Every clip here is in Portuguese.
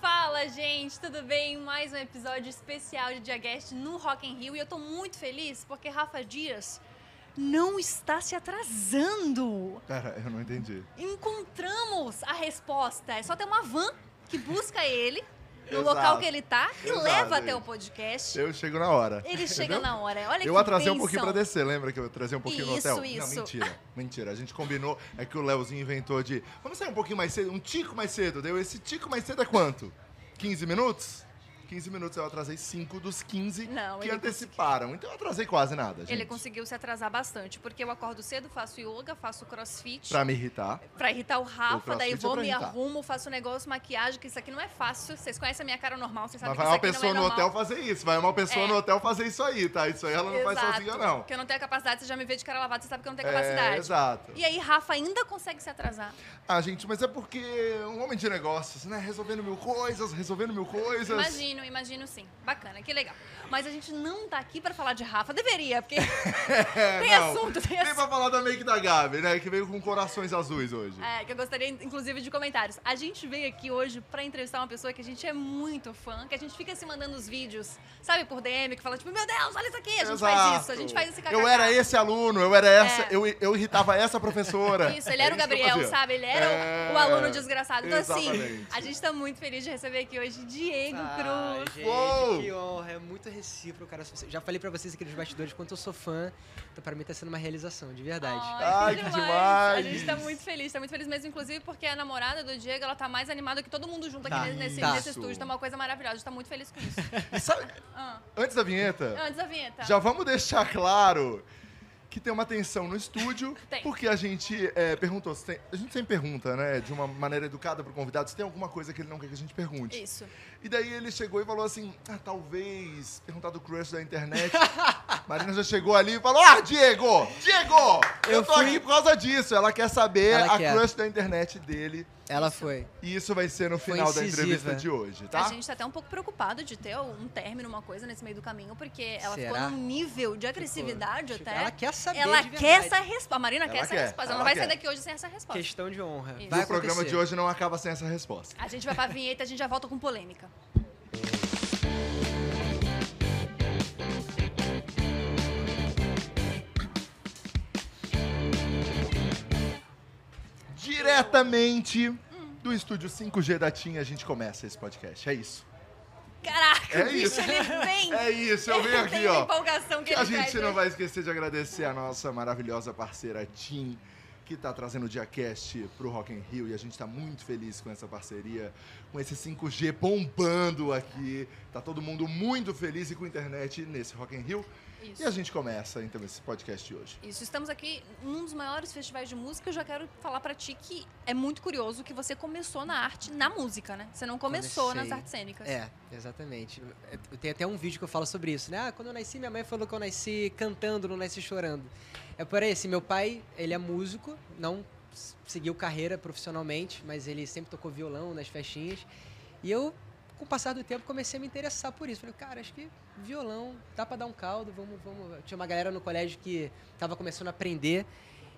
Fala, gente, tudo bem? Mais um episódio especial de Diagast no Rock in Rio e eu tô muito feliz porque Rafa Dias não está se atrasando. Cara, eu não entendi. Encontramos a resposta. É só ter uma van que busca ele no Exato. local que ele tá e Exato, leva até gente. o podcast. Eu chego na hora. Ele chega Entendeu? na hora. Olha Eu que atrasei um bênção. pouquinho pra descer, lembra que eu atrasei um pouquinho no Isso, hotel? isso. Não, mentira, mentira. A gente combinou, é que o Leozinho inventou de. Vamos sair um pouquinho mais cedo, um tico mais cedo. Deu esse tico mais cedo é quanto? 15 minutos? 15 minutos eu atrasei 5 dos 15 Não, que ele anteciparam. Então eu atrasei quase nada, gente. Ele conseguiu se atrasar bastante, porque eu acordo cedo, faço yoga, faço crossfit. Pra me irritar. Pra irritar o Rafa, O daí crossfit é vou, pra me irritar. arrumo, faço um negócio, maquiagem, que isso aqui não é fácil. Vocês conhecem a minha cara normal, vocês sabem Mas que vai isso uma aqui pessoa não é no normal. hotel fazer isso. Vai uma pessoa É. no hotel fazer isso aí, tá? Isso aí ela não faz sozinha, não. Porque eu não tenho a capacidade, você já me vê de cara lavada, você sabe que eu não tenho É, capacidade. exato. E aí, Rafa ainda consegue se atrasar. Ah, gente, mas é porque um homem de negócios, né? Resolvendo mil coisas, resolvendo mil coisas. Imagino, imagino sim. Bacana, que legal. Mas a gente não tá aqui pra falar de Rafa. Deveria, porque É, tem assunto, tem Nem assunto. pra falar da make da Gabi, né? Que veio com corações azuis hoje. É, que eu gostaria, inclusive, de comentários. A gente veio aqui hoje pra entrevistar uma pessoa que a gente é muito fã, que a gente fica se mandando os vídeos, sabe, por DM, que fala tipo, meu Deus, olha isso aqui, a gente faz isso, a gente faz esse kkk. Eu era esse aluno, eu era essa, É. eu, eu irritava essa professora. Isso, ele era É o que eu Gabriel, fazia. sabe? Ele era o- É, o aluno desgraçado. Então, assim, exatamente. a gente tá muito feliz de receber aqui hoje Diego Ai, Cruz. gente, Uou! que honra, é muito recíproco, cara. Eu sou- Já falei pra vocês aqui nos bastidores quanto eu sou fã, então pra mim tá sendo uma realização, de verdade. Ai, que demais. A gente tá muito feliz, tá muito feliz mesmo, inclusive porque a namorada do Diego, ela tá mais animada que todo mundo junto aqui Tá. nesse, Tá. nesse estúdio. Tá uma coisa maravilhosa, a gente tá muito feliz com isso. E sabe, Ah. tá. antes da vinheta, Antes da vinheta. já vamos deixar claro que tem uma tensão no estúdio, Tem. porque a gente é, perguntou, se tem- a gente sempre pergunta, né, de uma maneira educada pro convidado, se tem alguma coisa que ele não quer que a gente pergunte. Isso. E daí ele chegou e falou assim: ah, talvez perguntar do crush da internet. Marina já chegou ali e falou: Ah, Diego! Diego! Eu, Eu tô fui- aqui por causa disso. Ela quer saber Ela a quer. crush da internet dele. Ela foi. E isso vai ser no Foi final da incisiva. entrevista de hoje, tá? A gente tá até um pouco preocupado de ter um término, uma coisa nesse meio do caminho, porque ela Será? ficou num nível de agressividade Tipo, até. Ela quer saber. Ela de quer verdade. essa resposta. A Marina quer Ela essa quer, resposta. Ela não ela vai quer. sair daqui hoje sem essa resposta. Questão de honra. Isso. E Vai o programa acontecer. de hoje não acaba sem essa resposta. A gente vai pra vinheta, a gente já volta com polêmica. Diretamente Hum. do estúdio 5G da TIM, a gente começa esse podcast. É isso. Caraca, É o bicho, isso. ele vem. É isso, eu venho Ele aqui, tem uma ó. empolgação que ele A gente traz, não né? vai esquecer de agradecer a nossa maravilhosa parceira Tim, que tá trazendo o Diacast pro Rock in Rio e a gente tá muito feliz com essa parceria, com esse 5G bombando aqui. Tá todo mundo muito feliz e com internet nesse Rock in Rio. E a Isso. gente começa então esse podcast de hoje. Isso, estamos aqui num dos maiores festivais de música. Eu já quero falar pra ti que é muito curioso que você começou na arte, na música, né? Você não começou Comecei. nas artes cênicas. É, exatamente. Eu tenho até um vídeo que eu falo sobre isso, né? Ah, quando eu nasci, minha mãe falou que eu nasci cantando, não nasci chorando. É por aí, assim, meu pai, ele é músico, não s- seguiu carreira profissionalmente, mas ele sempre tocou violão nas festinhas. E eu, com o passar do tempo, comecei a me interessar por isso. Falei, cara, acho que violão, dá pra dar um caldo, vamos, vamos. Tinha uma galera no colégio que tava começando a aprender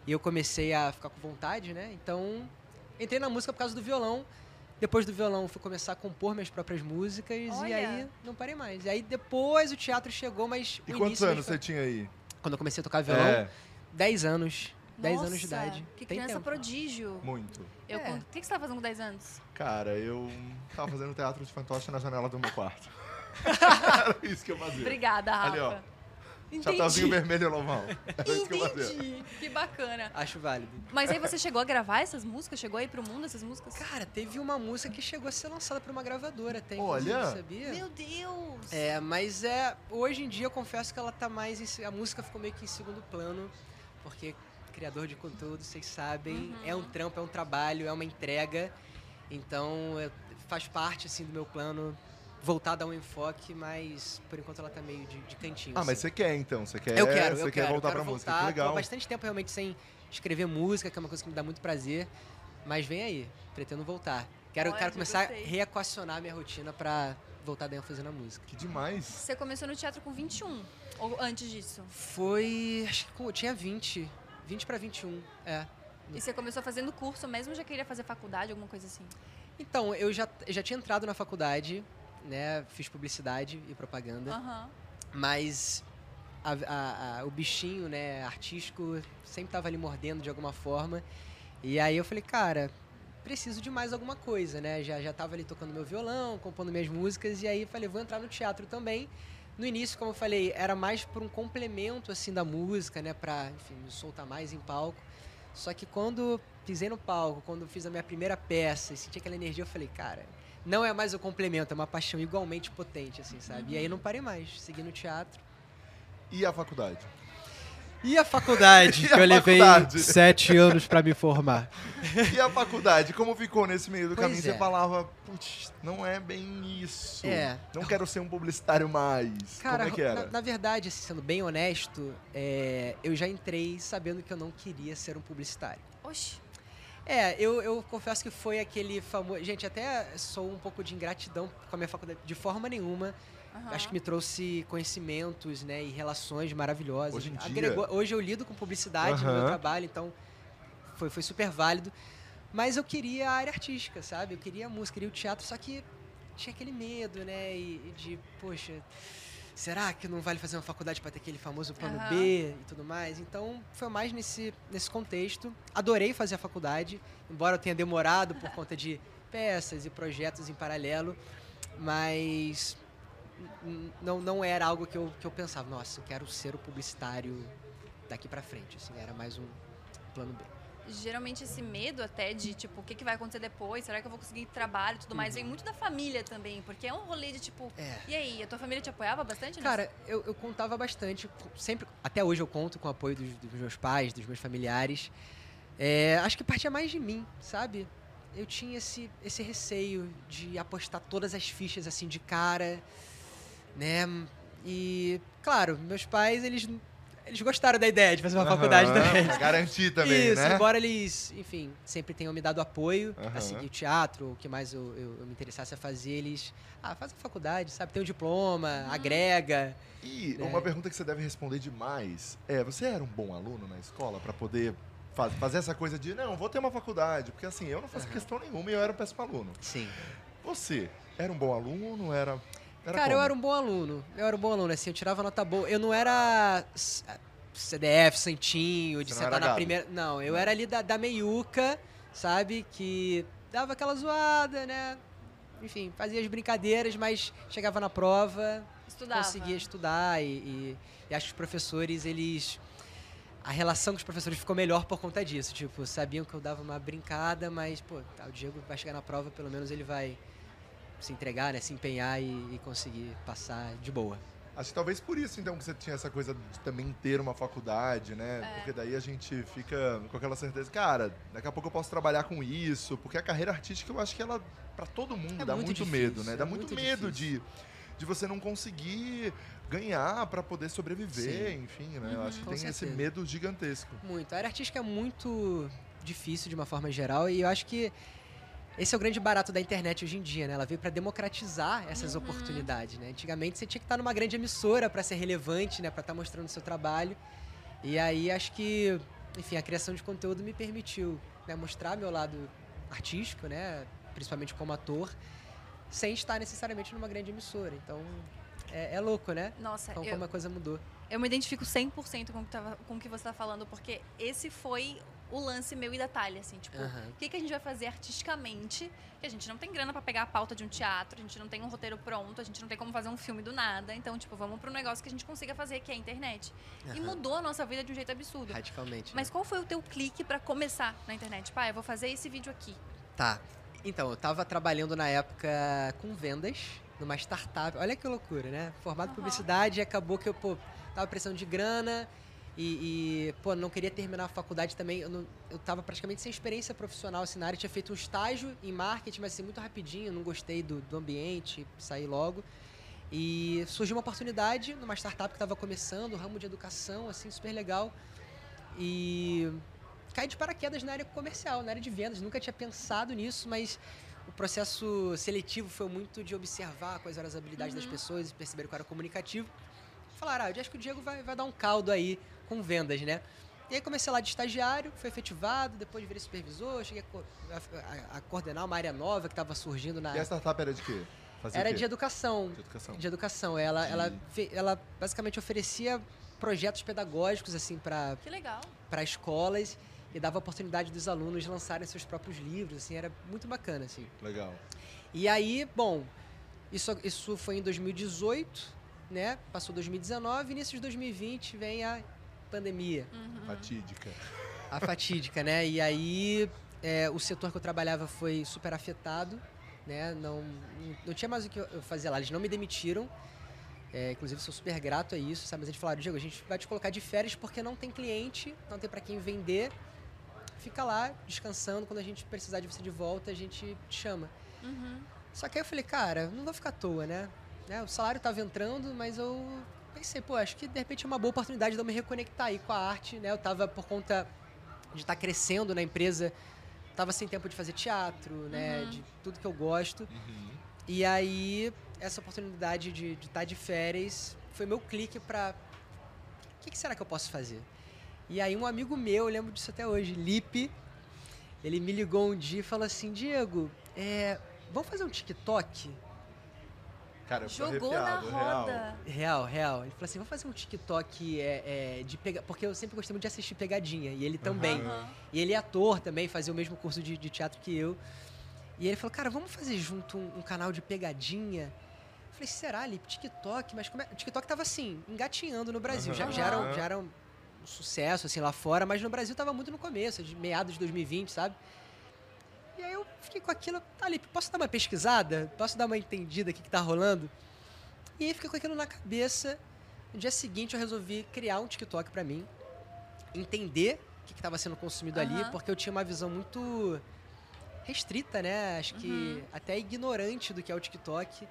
e eu comecei a ficar com vontade, né? Então, entrei na música por causa do violão. Depois do violão, fui começar a compor minhas próprias músicas e Olha. aí não parei mais. E aí depois o teatro chegou, mas. E o quantos início mesmo anos você foi- É. tinha aí? Quando eu comecei a tocar violão, 10 anos. 10 anos Nossa, de idade. Que Tem criança tempo. prodígio. muito. Eu É. con- O que que você tá fazendo com 10 anos? Cara, eu tava fazendo teatro de fantoche na janela do meu quarto. Era isso que eu fazia. Obrigada, Rafa. Ali, ó. tá Chapeuzinho Entendi. vermelho e lovão. Era isso que eu fazia. Entendi. Que bacana. Acho válido. Mas aí você chegou a gravar essas músicas? Chegou aí pro mundo essas músicas? Cara, teve uma música que chegou a ser lançada por uma gravadora até, Olha. inclusive, sabia? Meu Deus! É, mas é. Hoje em dia eu confesso que ela tá mais. em se- a música ficou meio que em segundo plano, porque criador de conteúdo, vocês sabem, é Uhum. um trampo, é um trabalho, é uma entrega. Então é- faz parte assim do meu plano voltado a um enfoque, mas por enquanto ela tá meio de, de cantinho. Ah, mas assim. você quer então? Você quer, eu quero, você eu quer quero, voltar eu quero pra música? voltar. Que Tô há legal. bastante tempo realmente sem escrever música, que é uma coisa que me dá muito prazer. Mas vem aí, pretendo voltar. Quero, Olha, quero começar gostei. a reequacionar minha rotina pra voltar dando ênfase na música. Que demais. Você começou no teatro com 21, ou antes disso? Foi. Acho que com- eu tinha 20. 20 pra 21, é. E você começou fazendo curso mesmo, já queria fazer faculdade, alguma coisa assim? Então, eu já, eu já tinha entrado na faculdade, né? Fiz publicidade e propaganda. Aham. Mas a- a- a- o bichinho, né, artístico, sempre tava ali mordendo de alguma forma. E aí eu falei, cara, preciso de mais alguma coisa, né? Já, já tava ali tocando meu violão, compondo minhas músicas, e aí eu falei, vou entrar no teatro também. No início, como eu falei, era mais por um complemento, assim, da música, né, pra, enfim, me soltar mais em palco. Só que quando pisei no palco, quando fiz a minha primeira peça e senti aquela energia, eu falei, cara, não é mais o complemento, é uma paixão igualmente potente, assim, sabe? E aí não parei mais, segui no teatro. E a faculdade? E a faculdade, E que a eu levei faculdade? sete anos pra me formar. E a faculdade? Como ficou nesse meio do Pois caminho? é. Você falava, putz, não é bem isso. É. Não quero ser um publicitário mais. Cara, Como é que na- era? Na, verdade, assim, sendo bem honesto, é, eu já entrei sabendo que eu não queria ser um publicitário. Oxi. É, eu, eu confesso que foi aquele famoso. Gente, até sou um pouco de ingratidão com a minha faculdade, de forma nenhuma. Aham. Acho que me trouxe conhecimentos, né, e relações maravilhosas. Hoje em dia. hoje eu lido com publicidade no meu Aham. trabalho, então foi, foi super válido. Mas eu queria a área artística, sabe? Eu queria a música, queria o teatro, só que tinha aquele medo, né? E, e de, poxa, será que não vale fazer uma faculdade para ter aquele famoso plano Aham. B e tudo mais? Então foi mais nesse, nesse contexto. Adorei fazer a faculdade, embora eu tenha demorado por conta de peças e projetos em paralelo, mas n- não, não era algo que eu, que eu pensava, nossa, eu quero ser o publicitário daqui pra frente, assim, era mais um plano B. Geralmente esse medo até de, tipo, o que, que vai acontecer depois? Será que eu vou conseguir trabalho e tudo mais? Vem muito da família também, porque é um rolê de, tipo... Uhum. É. E aí, a tua família te apoiava bastante nisso? Cara, eu, eu contava bastante, co- sempre, até hoje eu conto com o apoio dos, dos meus pais, dos meus familiares. É, acho que partia mais de mim, sabe? Eu tinha esse, esse receio de apostar todas as fichas assim de cara, né? E, claro, meus pais, eles, eles gostaram da ideia de fazer uma Aham, faculdade também. pra Garantir também, Isso, né? embora eles, enfim, sempre tenham me dado apoio a Aham. seguir o teatro, o que mais eu, eu- eu me interessasse a fazer, eles. Ah, faz a faculdade, sabe? Tem um diploma, agrega. E É. uma pergunta que você deve responder demais é: você era um bom aluno na escola pra poder fa- fazer essa coisa de não, vou ter uma faculdade? Porque assim, eu não faço Aham. questão nenhuma e eu era um péssimo aluno. Sim. Você era um bom aluno? Era. era Cara, eu como? era um bom aluno. Eu era um bom aluno, assim, eu tirava nota boa. Eu não era s- CDF, Santinho, de Você não sentar era na gado. primeira. Não, eu era ali da, da meiuca, sabe? Que dava aquela zoada, né? Enfim, fazia as brincadeiras, mas chegava na prova, Estudava. conseguia estudar e, e- e acho que os professores, eles... A relação com os professores ficou melhor por conta disso. Tipo, sabiam que eu dava uma brincada, mas, pô, tá, o Diego vai chegar na prova, pelo menos ele vai se entregar, né? Se empenhar e, e conseguir passar de boa. Acho que talvez por isso, então, que você tinha essa coisa de também ter uma faculdade, né? Porque daí a gente fica com aquela certeza, cara, daqui a pouco eu posso trabalhar com isso, porque a carreira artística eu acho que ela, pra todo mundo, É dá muito muito, difícil, medo, né? é Dá muito, muito medo de, de você não conseguir ganhar pra poder sobreviver, enfim, né? Eu acho que Com tem esse certeza. medo gigantesco. Muito. A área artística é muito difícil de uma forma geral e eu acho que esse é o grande barato da internet hoje em dia, né? Ela veio para democratizar essas oportunidades, né? Antigamente você tinha que estar numa grande emissora para ser relevante, né, para estar mostrando o seu trabalho. E aí acho que, enfim, a criação de conteúdo me permitiu né, mostrar meu lado artístico, né, principalmente como ator, sem estar necessariamente numa grande emissora. Então, é, é louco, né? Nossa, Então, eu, como é a coisa mudou. Eu me identifico 100% com o que tava- com o que você tá falando, porque esse foi o lance meu e da Thalia, assim, tipo, Aham. o que, que a gente vai fazer artisticamente? Que a gente não tem grana pra pegar a pauta de um teatro, a gente não tem um roteiro pronto, a gente não tem como fazer um filme do nada. Então, tipo, vamos pro negócio que a gente consiga fazer, que é a internet. E Aham. mudou a nossa vida de um jeito absurdo. Radicalmente. né? Mas qual foi o teu clique pra começar na internet? Pá, eu vou fazer esse vídeo aqui. Tá. Então, eu tava trabalhando na época com vendas numa startup. Olha que loucura, né? Formado em Aham. publicidade e acabou que eu, pô, tava precisando de grana e, e, pô, não queria terminar a faculdade também. Eu, não, eu tava praticamente sem experiência profissional assim, na área. Tinha feito um estágio em marketing, mas assim, muito rapidinho. Não gostei do, do ambiente, saí logo. E surgiu uma oportunidade numa startup que tava começando, ramo de educação, assim, super legal. E caí de paraquedas na área comercial, na área de vendas. Nunca tinha pensado nisso, mas o processo seletivo foi muito de observar quais eram as habilidades das pessoas e perceber que eu era comunicativo. Falaram, ah, eu acho que o Diego vai, vai dar um caldo aí com vendas, né? E aí comecei lá de estagiário, fui efetivado, depois virei supervisor, cheguei a, co- a- a- a coordenar uma área nova que estava surgindo na. E a startup era de quê? Fazia o É. Era quê? de educação. De educação. De educação. Ela, ela, De- fe- ela basicamente oferecia projetos pedagógicos assim para Que legal. para escolas e dava a oportunidade dos alunos lançarem seus próprios livros, assim, era muito bacana, assim. Legal. E aí, bom, isso, isso foi em 2018, né? Passou 2019, início de 2020 vem a pandemia, Uhum. Fatídica. a fatídica, né? E aí é, o setor que eu trabalhava foi super afetado, né? Não, não tinha mais o que eu fazer lá, eles não me demitiram. É, inclusive, sou super grato a isso, sabe? Mas eles falaram, Diego, a gente vai te colocar de férias porque não tem cliente, não tem pra quem vender. Fica lá, descansando, quando a gente precisar de você de volta, a gente te chama. Uhum. Só que aí eu falei, cara, não vou ficar à toa, né? Né, O salário tava entrando, mas eu pensei, pô, acho que de repente é uma boa oportunidade de eu me reconectar aí com a arte, né? Eu tava por conta de estar crescendo na empresa, tava sem tempo de fazer teatro, né? Uhum. De tudo que eu gosto. Uhum. E aí, essa oportunidade de estar de, tá de férias foi meu clique pra. O que, que será que eu posso fazer? E aí, um amigo meu, eu lembro disso até hoje, Lipe, ele me ligou um dia e falou assim: Diego, é, vamos fazer um TikTok? Cara, eu fico Jogou na arrepiado, é real. roda. Real, real. Ele falou assim: vamos fazer um TikTok é, é, de pegar. Porque eu sempre gostei muito de assistir pegadinha, e ele também. Aham. E ele é ator também, fazia o mesmo curso de, de teatro que eu. E ele falou, cara, vamos fazer junto um, um canal de pegadinha? Eu falei, será, Lipe? TikTok? Mas como é? O TikTok tava assim, engatinhando no Brasil. Já, já, era, um- Aham. já era um sucesso, assim, lá fora, mas no Brasil tava muito no começo, de meados de 2020, sabe? E aí eu fiquei com aquilo, tá, Lipe, posso dar uma pesquisada? Posso dar uma entendida do que, que tá rolando? E aí fiquei com aquilo na cabeça. No dia seguinte eu resolvi criar um TikTok pra mim, entender o que estava sendo consumido ali, Aham. porque eu tinha uma visão muito restrita, né? Acho que Uhum. até ignorante do que é o TikTok,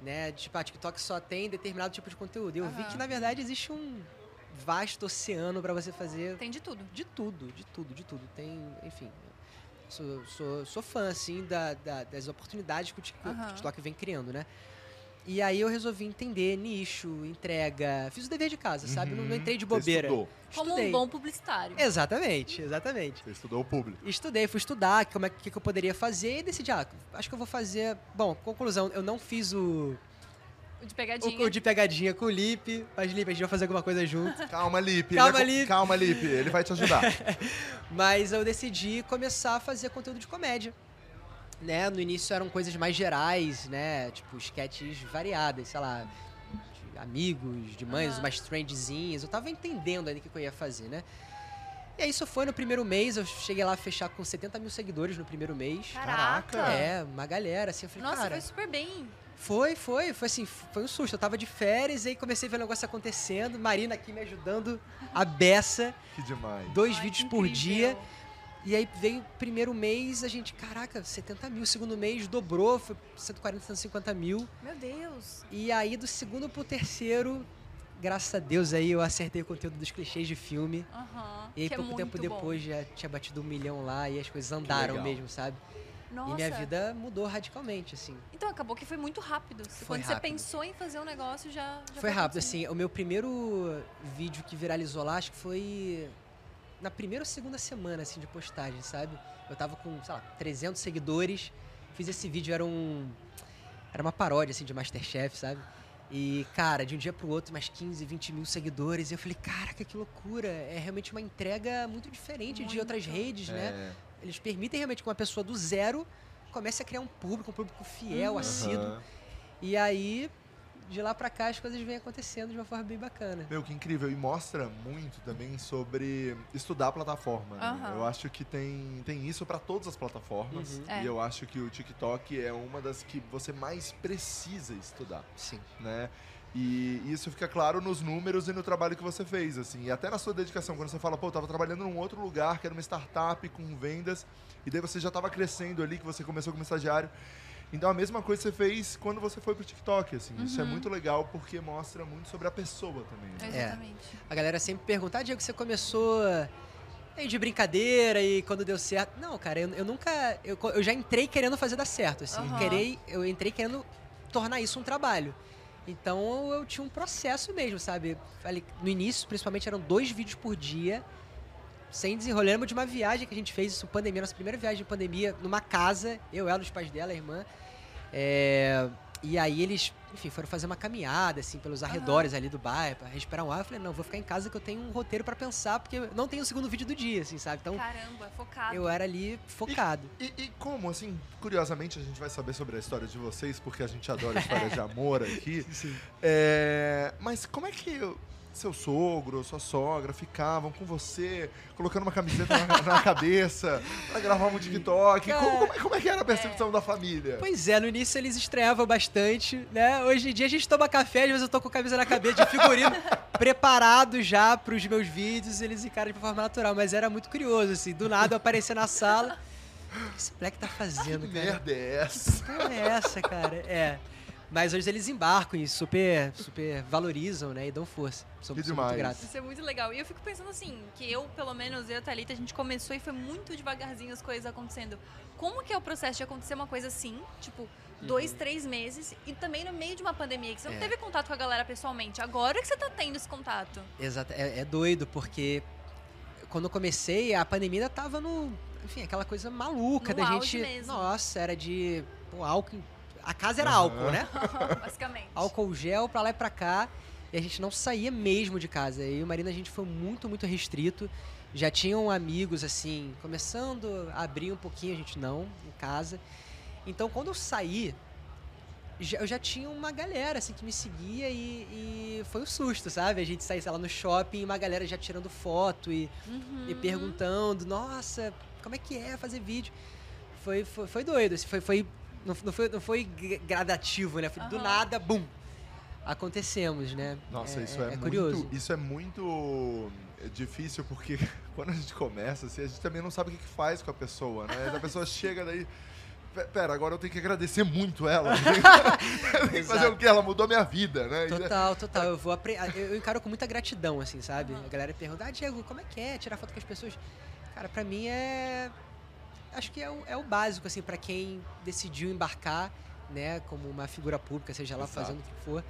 né? Tipo, ah, TikTok só tem determinado tipo de conteúdo. E Eu vi Aham. que na verdade existe um vasto oceano pra você fazer Tem de tudo. de tudo, de tudo, de tudo. Tem, enfim. Sou, sou, sou fã, assim, da- da- das oportunidades que o Tik- Aham. o TikTok vem criando, né? E aí eu resolvi entender nicho, entrega. Fiz o dever de casa, sabe? Não, não Uhum. entrei de Você bobeira. estudou. Como um Estudei. bom publicitário. Exatamente, exatamente. Você estudou o público. Estudei, fui estudar como é que, que eu poderia fazer e decidi, ah, acho que eu vou fazer. Bom, conclusão, eu não fiz o, O de É, o, pegadinha. o de pegadinha com o Lipe, mas Lipe, a gente vai fazer alguma coisa junto. Calma, Lipe. Calma, ele vai- Lipe. Calma, Lipe. Ele vai te ajudar. Mas eu decidi começar a fazer conteúdo de comédia. Né? No início eram coisas mais gerais, né? Tipo, sketches variadas, sei lá, de amigos, de mães, Aham. umas trendzinhas. Eu tava entendendo ainda o que que eu ia fazer, né? E aí isso foi no primeiro mês, eu cheguei lá a fechar com 70 mil seguidores no primeiro mês. Caraca. Caraca. É, uma galera, assim, eu falei, Nossa, cara... foi super bem. Foi, foi, foi assim, foi um susto. Eu tava de férias e aí comecei a ver o negócio acontecendo. Marina aqui me ajudando a beça, que demais. dois Ai, que vídeos por incrível. dia. E aí veio o primeiro mês, a gente, caraca, 70 mil. Segundo mês dobrou, foi 140, 150 mil. Meu Deus. E aí do segundo pro terceiro, graças a Deus aí eu acertei o conteúdo dos clichês de filme. Aham. E aí que é pouco tempo muito bom. depois já tinha batido um milhão lá e as coisas andaram legal. mesmo, sabe? Nossa. E minha vida mudou radicalmente, assim. Então acabou que foi muito rápido. Se- Foi Quando você rápido. pensou em fazer um negócio, já. já tá Foi rápido, acontecendo. assim, o meu primeiro vídeo que viralizou lá, acho que foi na primeira ou segunda semana, assim, de postagem, sabe? Eu tava com, sei lá, 300 seguidores, fiz esse vídeo, era um... Era uma paródia, assim, de Masterchef, sabe? E, cara, de um dia pro outro, mais 15, 20 mil seguidores, e eu falei, caraca, que loucura! É realmente uma entrega muito diferente de Muito. outras redes, né? É. Eles permitem realmente que uma pessoa do zero comece a criar um público, um público fiel, Uhum. assíduo, Aham. e aí, de lá pra cá, as coisas vêm acontecendo de uma forma bem bacana. Meu, que incrível. E mostra muito também sobre estudar a plataforma. né? Aham. Eu acho que tem, tem isso pra todas as plataformas. Uhum. É. E eu acho que o TikTok é uma das que você mais precisa estudar, Sim. né? E isso fica claro nos números e no trabalho que você fez, assim. E até na sua dedicação, quando você fala, pô, eu tava trabalhando num outro lugar, que era uma startup com vendas, e daí você já tava crescendo ali, que você começou como estagiário. Então a mesma coisa você fez quando você foi pro TikTok, assim. Isso é Uhum. muito legal porque mostra muito sobre a pessoa também. é. né? Exatamente. A galera sempre pergunta, ah, Diego, você começou meio de brincadeira e quando deu certo. Não, cara, eu, eu nunca. Eu, co- eu já entrei querendo fazer dar certo, assim. Aham. Querei, eu entrei querendo tornar isso um trabalho. Então eu tinha um processo mesmo, sabe? Falei, no início, principalmente, eram dois vídeos por dia. sem desenrolar. Eu lembro de uma viagem que a gente fez, isso pandemia, nossa primeira viagem de pandemia, numa casa, eu, ela, os pais dela, a irmã. É, e aí eles, enfim, foram fazer uma caminhada, assim, pelos arredores ali do bairro, pra respirar um ar. Eu falei, não, vou ficar em casa que eu tenho um roteiro pra pensar, porque eu não tenho o segundo vídeo do dia, assim, sabe? Então, Caramba, focado. eu era ali focado. E, e como, assim, curiosamente, a gente vai saber sobre a história de vocês, porque a gente adora história de amor aqui. Sim. É, mas como é que o- seu sogro, sua sogra ficavam com você, colocando uma camiseta na, na cabeça pra gravar um TikTok? Cara, Como, como é, como é que era a percepção da família? Pois é, no início eles estreavam bastante, né? Hoje em dia a gente toma café, às vezes eu tô com a camisa na cabeça de figurino, preparado já pros meus vídeos, eles encaram de forma natural, mas era muito curioso, assim, do nada eu aparecer na sala. O que esse moleque tá fazendo, Que cara? merda é essa? Que porra é essa, cara? É. Mas hoje eles embarcam e super, super valorizam, né? E dão força. Sou, Que sou muito demais. grato. Isso é muito legal. E eu fico pensando assim, que eu, pelo menos, eu e a Thalita, a gente começou e foi muito devagarzinho as coisas acontecendo. Como que é o processo de acontecer uma coisa assim, tipo, dois, três meses, e também no meio de uma pandemia, que você não Uhum. É. teve contato com a galera pessoalmente. Agora que você tá tendo esse contato. Exato. É, é doido, porque quando eu comecei, a pandemia ainda tava no. Enfim, aquela coisa maluca No da auge gente. mesmo. Nossa, era de. Pô, álcool. em- A casa era Aham. álcool, né? Basicamente. Álcool gel pra lá e pra cá. E a gente não saía mesmo de casa. Eu e o Marina, a gente foi muito, muito restrito. Já tinham amigos, assim, começando a abrir um pouquinho, a gente não, em casa. Então, quando eu saí, já- eu já tinha uma galera, assim, que me seguia e, e foi um susto, sabe? A gente saía, sei lá, no shopping e uma galera já tirando foto e Uhum. e perguntando, nossa, como é que é fazer vídeo? Foi, foi, foi doido, assim, foi, foi, não, não foi, não foi gra- gradativo, né? Foi do Aham. nada, bum! Acontecemos, né? Nossa, isso é, muito, curioso. isso é muito eh, difícil porque quando a gente começa, assim, a gente também não sabe o que, que faz com a pessoa, né? A pessoa chega daí, "Pe- pera, agora eu tenho que agradecer muito ela. Tem que fazer o Exato. quê? Ela mudou minha vida, né? E- Total, total. Eu vou apre... ah, eu eu encaro com muita gratidão, assim, sabe? Aham. A galera pergunta, ah, Diego, como é que é tirar foto com as pessoas? Cara, pra mim é. Acho que é o, é o básico, assim, pra quem decidiu embarcar, né, como uma figura pública, seja lá Exato. fazendo o que for.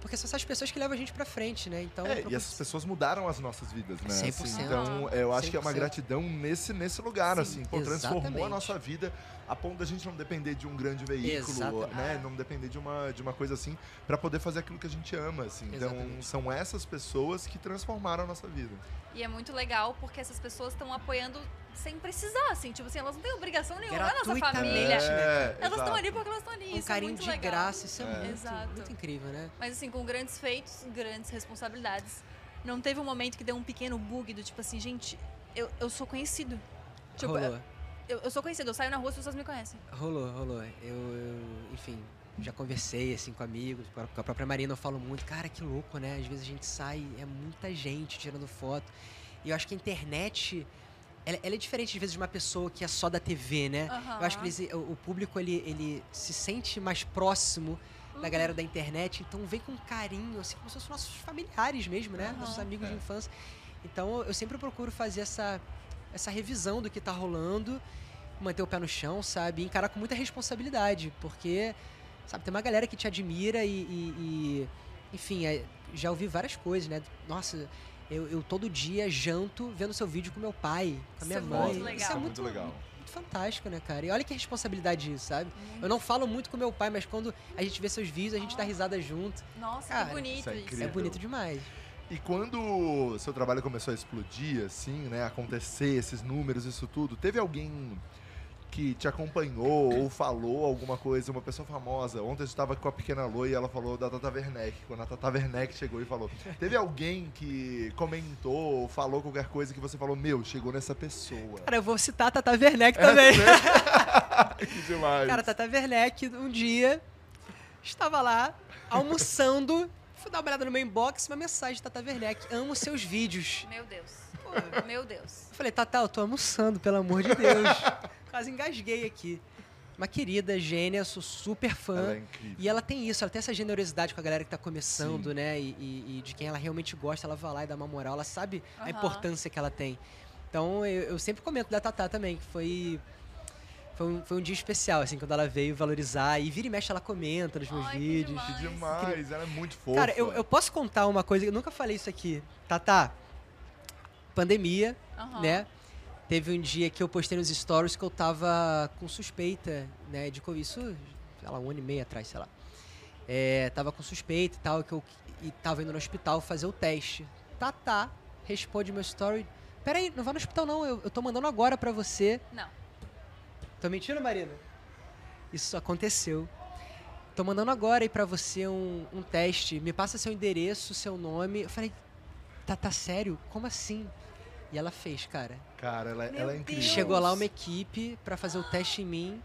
Porque são essas pessoas que levam a gente pra frente, né? Então. É, eu e essas pessoas mudaram as nossas vidas, né? 100%. então, eu acho que é uma 100%. gratidão nesse, nesse lugar, Sim, assim. Pô, transformou a exatamente. nossa vida a ponto da gente não depender de um grande veículo, Exatamente. né? Não depender de uma, de uma coisa assim, pra poder fazer aquilo que a gente ama, assim. Então, Exatamente. são essas pessoas que transformaram a nossa vida. E é muito legal porque essas pessoas estão apoiando sem precisar, assim. Tipo assim, elas não têm obrigação nenhuma, não é nossa Gratuitamente. família. É, Elas estão exato. ali porque elas estão ali. um isso é carinho muito de legal. graça, isso é, É. Muito, Exato. muito incrível, né? Mas assim, com grandes feitos, grandes responsabilidades. Não teve um momento que deu um pequeno bug do tipo assim, gente, eu, eu sou conhecido. Tipo, rolou, eu, eu sou conhecido, eu saio na rua, as pessoas me conhecem. rolou, rolou. Eu, eu, enfim, já conversei assim com amigos, com a- com a própria Marina eu falo muito, cara, que louco, né? Às vezes a gente sai, é muita gente tirando foto. E eu acho que a internet, ela, ela é diferente às vezes de uma pessoa que é só da TV, né? Eu acho que eles, o, o público ele, ele se sente mais próximo Uhum. da galera da internet, então vem com carinho, assim como se fossem nossos familiares mesmo, né? Aham. Nossos amigos É. de infância. Então eu sempre procuro fazer essa, essa revisão do que tá rolando, manter o pé no chão, sabe? E encarar com muita responsabilidade, porque, sabe, tem uma galera que te admira e. e- e, enfim, é, já ouvi várias coisas, né? Nossa. Eu, eu todo dia janto vendo seu vídeo com meu pai, com Isso a minha é muito mãe. legal. Isso é muito, legal. muito fantástico, né, cara? E olha que responsabilidade isso, sabe? Eu não falo muito com meu pai, mas quando a gente vê seus vídeos, a gente dá risada junto. Nossa, Cara, que bonito isso. isso é É incrível. bonito demais. E quando seu trabalho começou a explodir, assim, né? Acontecer esses números, isso tudo, teve alguém que te acompanhou ou falou alguma coisa, uma pessoa famosa. Ontem eu estava com a pequena Lô e ela falou da Tata Werneck. Quando a Tata Werneck chegou e falou, teve alguém que comentou ou falou qualquer coisa que você falou, meu, chegou nessa pessoa. Cara, eu vou citar a Tata Werneck também. Que demais. Cara, a Tata Werneck, um dia, estava lá, almoçando, fui dar uma olhada no meu inbox, uma mensagem da Tata Werneck, amo seus vídeos. Meu Deus. Meu Deus. Eu falei, Tata, eu tô almoçando, pelo amor de Deus. Quase engasguei aqui. Uma querida, gênia, sou super fã. Ela é incrível. E ela tem isso, ela tem essa generosidade com a galera que tá começando, Sim. né? E, e- e de quem ela realmente gosta, ela vai lá e dá uma moral, ela sabe a Aham. importância que ela tem. Então eu, eu sempre comento da Tatá também, que foi. Foi um, foi um dia especial, assim, quando ela veio valorizar. E vira e mexe, ela comenta nos meus Ai, que vídeos. demais. Que demais, ela é muito fofa. Cara, eu, eu posso contar uma coisa, eu nunca falei isso aqui. Tatá, pandemia, Aham. né? Teve um dia que eu postei nos stories que eu tava com suspeita, né, de Covid. Isso, sei lá, um ano e meio atrás, sei lá. É, tava com suspeita e tal, que eu e tava indo no hospital fazer o teste. Tatá responde meu story. Peraí, não vá no hospital não, eu, eu tô mandando agora pra você. Não. Tô mentindo, Marina? Isso aconteceu. Tô mandando agora aí pra você um, um teste. Me passa seu endereço, seu nome. Eu falei, tá, tá sério? Como assim? E ela fez, cara. Cara, ela, Meu ela é incrível. Deus. Chegou lá uma equipe pra fazer o teste em mim.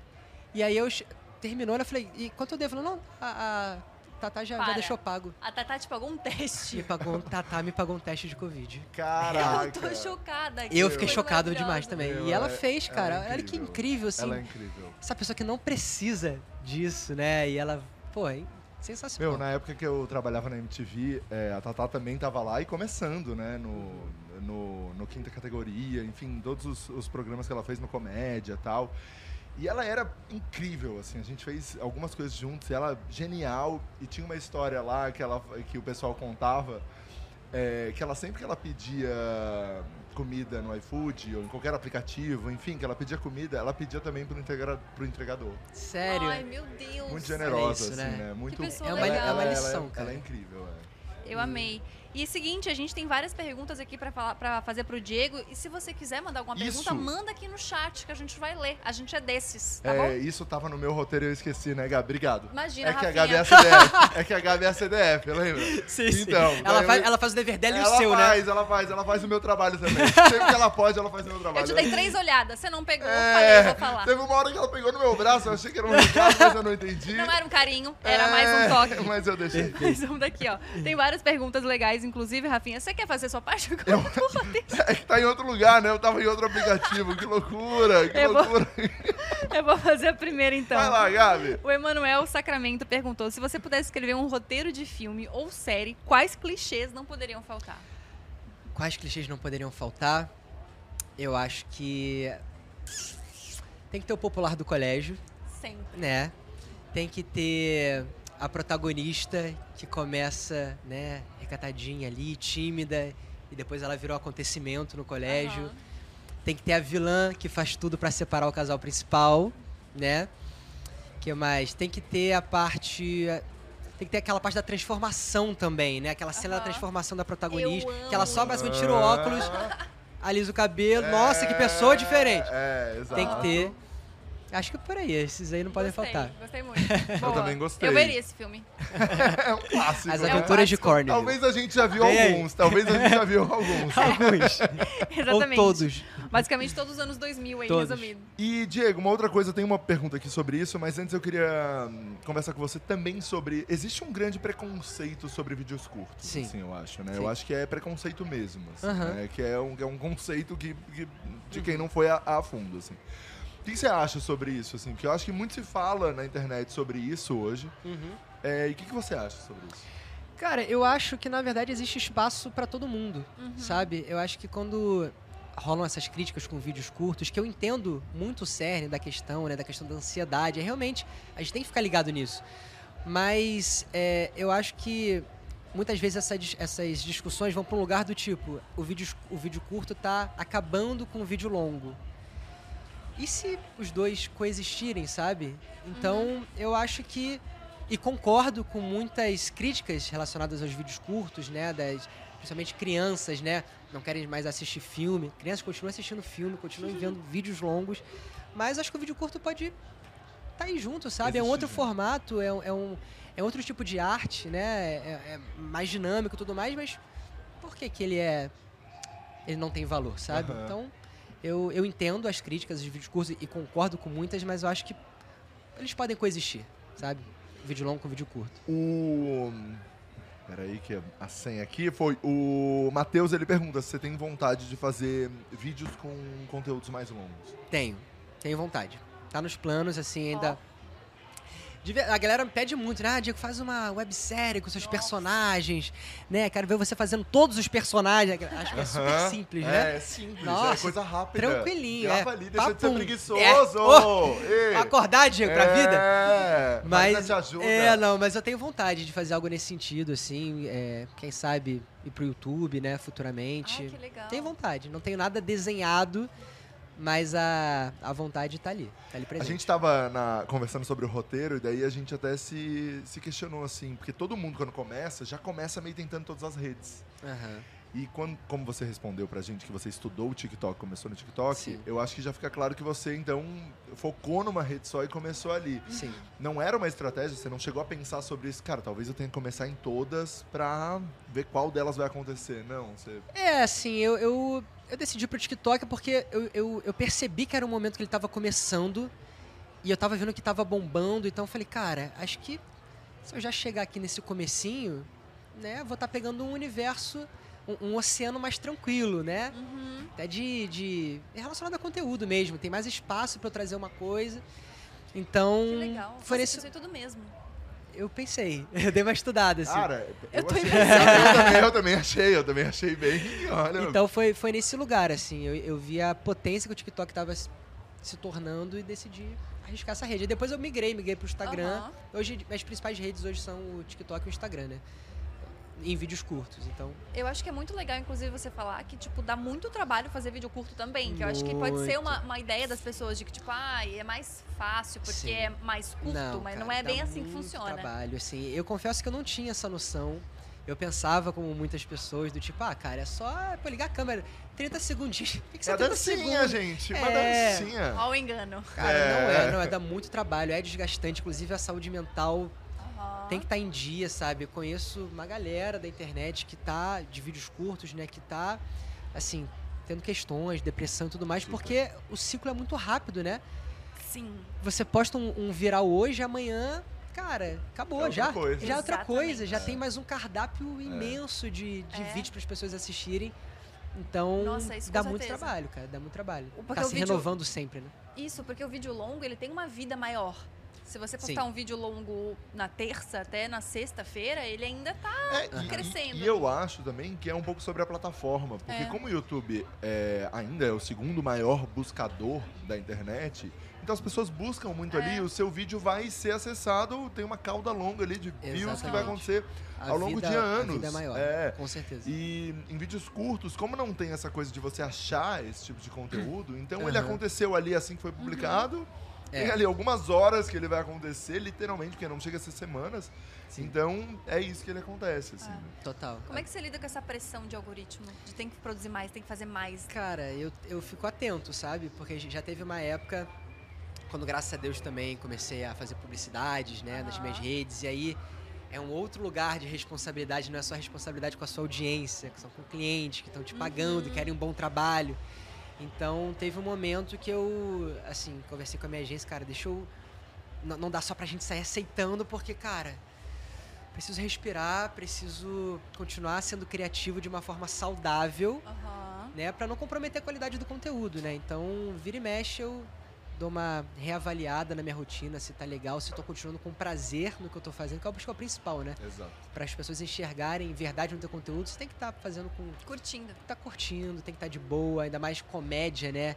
E aí eu che- terminou, ela falei, e quanto eu devo? Ela, Não, a, a Tatá já, já Para. deixou pago. A Tatá te pagou um teste. Me pagou um, Tatá me pagou um teste de Covid. Caraca. Eu tô chocada. que Eu fiquei coisa chocado maravilhosa. demais também. Meu, E ela ela é- fez, ela é cara. Olha que incrível. incrível, assim. Ela é incrível. essa pessoa que não precisa disso, né? E ela, pô, é Meu, né? sensacional. na época que eu trabalhava na MTV, é, a Tatá também tava lá e começando, né? No, no, no quinta categoria, enfim, todos os, os programas que ela fez no comédia e tal. E ela era incrível, assim, a gente fez algumas coisas juntos, e ela genial, e tinha uma história lá que, ela, que o pessoal contava, é, que ela sempre que ela pedia comida no iFood ou em qualquer aplicativo, enfim, que ela pedia comida, ela pedia também pro, integra, pro entregador. Sério. Ai, meu Deus. Muito é generosa, isso, assim, né? né? Muito, pessoa É uma- legal. é uma lição, ela, cara. Ela é incrível, é. Eu amei. E seguinte, a gente tem várias perguntas aqui pra, falar, pra fazer pro Diego. E se você quiser mandar alguma Isso. pergunta, manda aqui no chat que a gente vai ler. A gente é desses, tá bom? É, isso tava no meu roteiro e eu esqueci, né, Gabi? Obrigado. Imagina, É que a Gabi é a Rafinha. CDF. É que a Gabi é a CDF, lembra? Sim, sim. Então, ela, daí faz, eu- ela faz o dever é dela e ela o seu, né? faz, ela faz, ela faz o meu trabalho também. Sempre que ela pode, ela faz o meu É tipo, Eu trabalho. te dei três olhadas. Você não pegou, eu falei, eu É, vou falar. teve uma hora que ela pegou no meu braço, eu achei que era um recado, mas eu não entendi. Não era um carinho, era mais um É, toque. Mas eu deixei. Mais um daqui, ó. Tem várias perguntas legais, inclusive, Rafinha. Você quer fazer sua parte? Eu- É que tá em outro lugar, né? Eu tava em outro aplicativo. Que loucura, que Eu vou- loucura. Eu vou fazer a primeira, então. Vai lá, Gabi. O Emanuel Sacramento perguntou se você pudesse escrever um roteiro de filme ou série, quais clichês não poderiam faltar? Quais clichês não poderiam faltar? Eu acho que. Tem que ter o popular do colégio, Sempre. né? Tem que ter a protagonista que começa, né, recatadinha ali, tímida, e depois ela virou acontecimento no colégio. Aham. Tem que ter a vilã que faz tudo pra separar o casal principal, né? Que mais? Tem que ter a parte tem que ter aquela parte da transformação também, né? Aquela cena da Aham. transformação da protagonista, Eu que ela amo. só basicamente tira o óculos, alisa o cabelo. Nossa, que É, pessoa diferente. É, exato. Tem que ter. Acho que por aí, esses aí não podem Gostei, faltar. Gostei muito. Boa. também gostei. Eu veria esse filme. É um clássico. As né? aventuras de clássico. Cornel. Talvez a gente já viu Vem aí. alguns, talvez a gente já viu alguns. alguns. Ou Exatamente. todos. Basicamente todos os anos 2000 aí, Todos. resumido. Ah, E, Diego, uma outra coisa, tem uma pergunta aqui sobre isso, mas antes eu queria hum, conversar com você também sobre. Existe um grande preconceito sobre vídeos curtos, Sim. assim, eu acho, né? Sim. Eu acho que é preconceito mesmo, assim, Aham. né? Que é um, que é um conceito que, que- de quem não foi a, a fundo, assim. O que você acha sobre isso, assim? Porque eu acho que muito se fala na internet sobre isso hoje. Uhum. É, e o que, que você acha sobre isso? Cara, eu acho que na verdade existe espaço pra todo mundo, Uhum. sabe? Eu acho que quando rolam essas críticas com vídeos curtos, que eu entendo muito o cerne da questão, né? Da questão da ansiedade, é realmente a gente tem que ficar ligado nisso. Mas é, eu acho que muitas vezes essa dis- essas discussões vão para um lugar do tipo: o vídeo, es- o vídeo curto tá acabando com o vídeo longo. E se os dois coexistirem, sabe? Então eu acho que. E concordo com muitas críticas relacionadas aos vídeos curtos, né? Das, principalmente crianças, né? Não querem mais assistir filme. Crianças continuam assistindo filme, continuam vendo vídeos longos. Mas acho que o vídeo curto pode tá aí junto, sabe? é um Existir outro junto. formato, é, um- é um, é outro tipo de arte, né? É, é mais dinâmico e tudo mais, mas por que que ele é... Ele não tem valor, sabe? Aham. Então, eu, eu entendo as críticas de vídeos curtos e concordo com muitas, mas eu acho que eles podem coexistir, sabe? Vídeo longo com vídeo curto. O. Peraí, que a senha aqui foi. O Matheus ele pergunta se você tem vontade de fazer vídeos com conteúdos mais longos. Tenho. Tenho vontade. Tá nos planos, assim, ainda... De ver- A galera me pede muito, né? Ah, Diego, faz uma websérie com seus Nossa. personagens, né? Quero ver você fazendo todos os personagens. Acho que é super Aham. simples, é, né? É simples, é Nossa, coisa rápida. tranquilinho, Grava é. ali, deixa de ser Papum. preguiçoso. É. Ei, Acordar, Diego, pra é, vida? Marina te ajuda. É, não, mas eu tenho vontade de fazer algo nesse sentido, assim. é, quem sabe ir pro YouTube, né, futuramente. Ai, que legal. Tenho vontade, não tenho nada desenhado, mas a, a vontade tá ali. Tá ali A presente. gente tava na- conversando sobre o roteiro e daí a gente até se, se questionou, assim, porque todo mundo quando começa, já começa meio tentando todas as redes. Aham. E quando, como você respondeu pra gente que você estudou o TikTok, começou no TikTok, Sim. eu acho que já fica claro que você então focou numa rede só e começou ali. Uhum. Sim. Não era uma estratégia, você não chegou a pensar sobre isso, cara, talvez eu tenha que começar em todas pra ver qual delas vai acontecer. Não, você. É, assim, eu, eu, eu decidi pro TikTok porque eu, eu, eu percebi que era um momento que ele tava começando e eu tava vendo que tava bombando, então eu falei, cara, acho que se eu já chegar aqui nesse comecinho, né, vou estar pegando um universo, um, um oceano mais tranquilo, né? Uhum. Até de, de. é relacionado a conteúdo mesmo, tem mais espaço pra eu trazer uma coisa. Então. Que legal. Nossa, Foi nesse. pensou em tudo mesmo. Eu pensei, eu dei uma estudada, assim. Cara, Eu tô achei- impressionada. eu também, eu também achei, eu também achei bem. Olha, Então foi, foi nesse lugar, assim. Eu, eu vi a potência que o TikTok tava se se tornando e decidi arriscar essa rede. E depois eu migrei, migrei pro Instagram. Aham. Hoje, as principais redes hoje são o TikTok e o Instagram, né? Em vídeos curtos, então. Eu acho que é muito legal, inclusive, você falar que, tipo, dá muito trabalho fazer vídeo curto também. Que eu acho que pode ser uma, uma ideia das pessoas de que, tipo, ah, é mais fácil porque Sim. é mais curto, mas cara, não é dá bem assim que muito funciona. trabalho, assim. Eu confesso que eu não tinha essa noção. Eu pensava, como muitas pessoas, do tipo, ah, cara, é só pô, ligar a câmera, 30 segundinhos. Por que é você a 30 dancinha, segundos? gente. Uma É. dancinha. Ó o engano. Cara, não É. é, não é. Dá muito trabalho, é desgastante. Inclusive, a saúde mental Aham. tem que estar em dia, sabe? Eu conheço uma galera da internet que tá de vídeos curtos, né? Que tá, assim, tendo questões, depressão e tudo mais, porque o ciclo é muito rápido, né? Sim. Você posta um, um viral hoje, amanhã, cara, É acabou outra já. coisa. É. Já é outra Exatamente. coisa, já tem mais um cardápio imenso de, de É. vídeos para as pessoas assistirem. Então, Nossa, isso com dá muito certeza. trabalho, cara, dá muito trabalho. Porque tá o se vídeo- renovando sempre, né? Isso, porque o vídeo longo, ele tem uma vida maior. Se você postar Sim. um vídeo longo na terça até na sexta-feira, ele ainda tá. É, Aham. e- Crescendo. E, eu acho também que é um pouco sobre a plataforma. Porque É. como o YouTube é, ainda é o segundo maior buscador da internet, então as pessoas buscam muito ali, o seu vídeo vai ser acessado, tem uma cauda longa ali de views que vai Exatamente. acontecer A ao longo vida- de anos. A vida é maior, É. com certeza. E em vídeos curtos, como não tem essa coisa de você achar esse tipo de conteúdo, então ele Aham. aconteceu ali assim que foi publicado. É. Tem ali algumas horas que ele vai acontecer, literalmente, porque não chega a ser semanas. Sim. Então é isso que ele acontece, assim. Ah. né? Total. Como é que você lida com essa pressão de algoritmo? De tem que produzir mais, tem que fazer mais. Cara, eu, eu fico atento, sabe? Porque a gente já teve uma época, quando graças a Deus também comecei a fazer publicidades, né, nas Aham. minhas redes, e aí é um outro lugar de responsabilidade, não é só responsabilidade com a sua audiência, que são com clientes que estão te pagando, Uhum. querem um bom trabalho. Então teve um momento que eu, assim, conversei com a minha agência, cara, deixa eu. Não, não dá só pra gente sair aceitando, porque, cara, preciso respirar, preciso continuar sendo criativo de uma forma saudável Aham. né, para não comprometer a qualidade do conteúdo, né? Então, vira e mexe eu dou uma reavaliada na minha rotina, se tá legal, se eu tô continuando com prazer no que eu tô fazendo, que eu acho que é o principal, né? Exato. Para as pessoas enxergarem verdade no teu conteúdo, você tem que estar fazendo com Curtindo. tá curtindo, tem que estar de boa, ainda mais comédia, né?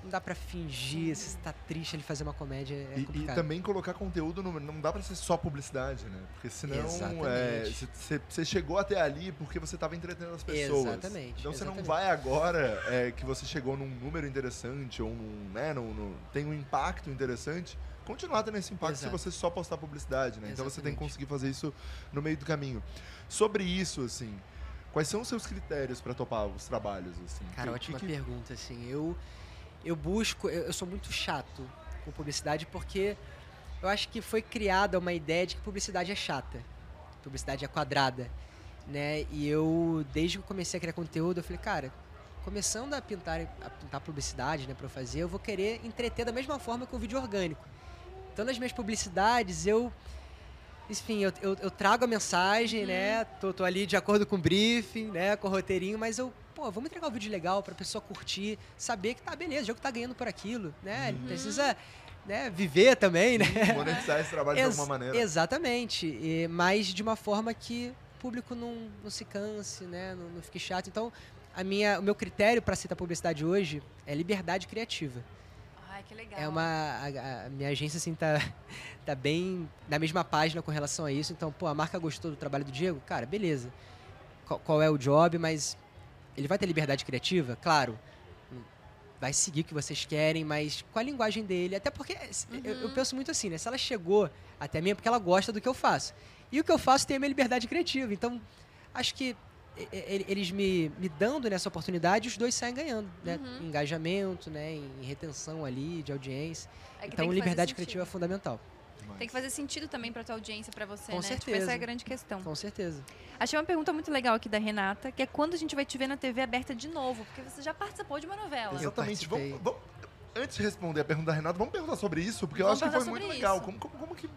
Não dá pra fingir, se você tá triste ele fazer uma comédia é E- e, complicado. também colocar conteúdo no, não dá pra ser só publicidade, né? Porque senão é, Exatamente. você chegou até ali porque você tava entretendo as pessoas. Exatamente, Então você não exatamente. vai agora é, que você chegou num número interessante ou num, né, num- num- tem um impacto interessante. Continuar tendo esse impacto Exato. se você só postar publicidade, né? Então você tem que Exatamente. conseguir fazer isso no meio do caminho. Sobre isso, assim, quais são os seus critérios pra topar os trabalhos, assim? Cara, Que- que- ótima que- pergunta, assim. Eu, eu busco, eu, eu sou muito chato com publicidade porque eu acho que foi criada uma ideia de que publicidade é chata. Publicidade é quadrada, né? E eu, desde que eu comecei a criar conteúdo, eu falei, cara, começando a pintar, a pintar publicidade, né, pra eu fazer, eu vou querer entreter da mesma forma que o vídeo orgânico. Então, nas minhas publicidades, eu... Enfim, eu, eu, eu trago a mensagem, né? Tô, tô ali de acordo com o briefing, né? Com o roteirinho, mas eu... Pô, vamos entregar um vídeo legal pra pessoa curtir, saber que tá beleza, o jogo tá ganhando por aquilo, né? Ele Uhum. precisa né, viver também, né? Monetizar esse trabalho de Ex- alguma maneira. Exatamente. E, mas de uma forma que o público não, não se canse, né? Não, não fique chato. Então, a minha, o meu critério para citar publicidade hoje é liberdade criativa. Ai, que legal. É uma. A, a minha agência, assim, tá, tá bem na mesma página com relação a isso. Então, pô, a marca gostou do trabalho do Diego? Cara, beleza. Qual, qual é o job, mas ele vai ter liberdade criativa? Claro. Hum, Vai seguir o que vocês querem, mas com a linguagem dele. Até porque se- eu, eu Uhum. penso muito assim, né? Se ela chegou até mim é porque ela gosta do que eu faço. E o que eu faço tem a minha liberdade criativa. Então, acho que e- e- eles me, me dando nessa oportunidade, os dois saem ganhando, né? Uhum. Em engajamento, né? Em retenção ali de audiência. É que tem que Então, fazer liberdade sentido. criativa é fundamental, Mas- Tem que fazer sentido também pra tua audiência, pra você, Com né? Tipo, essa certeza. é a grande questão. com certeza. Achei uma pergunta muito legal aqui da Renata, que é quando a gente vai te ver na TV aberta de novo, porque você já participou de uma novela. Eu Exatamente. participei. Vamos, vamos- antes de responder a pergunta da Renata, vamos perguntar sobre isso, porque Vamos eu acho que foi perguntar muito sobre legal. isso. Como, como- como que.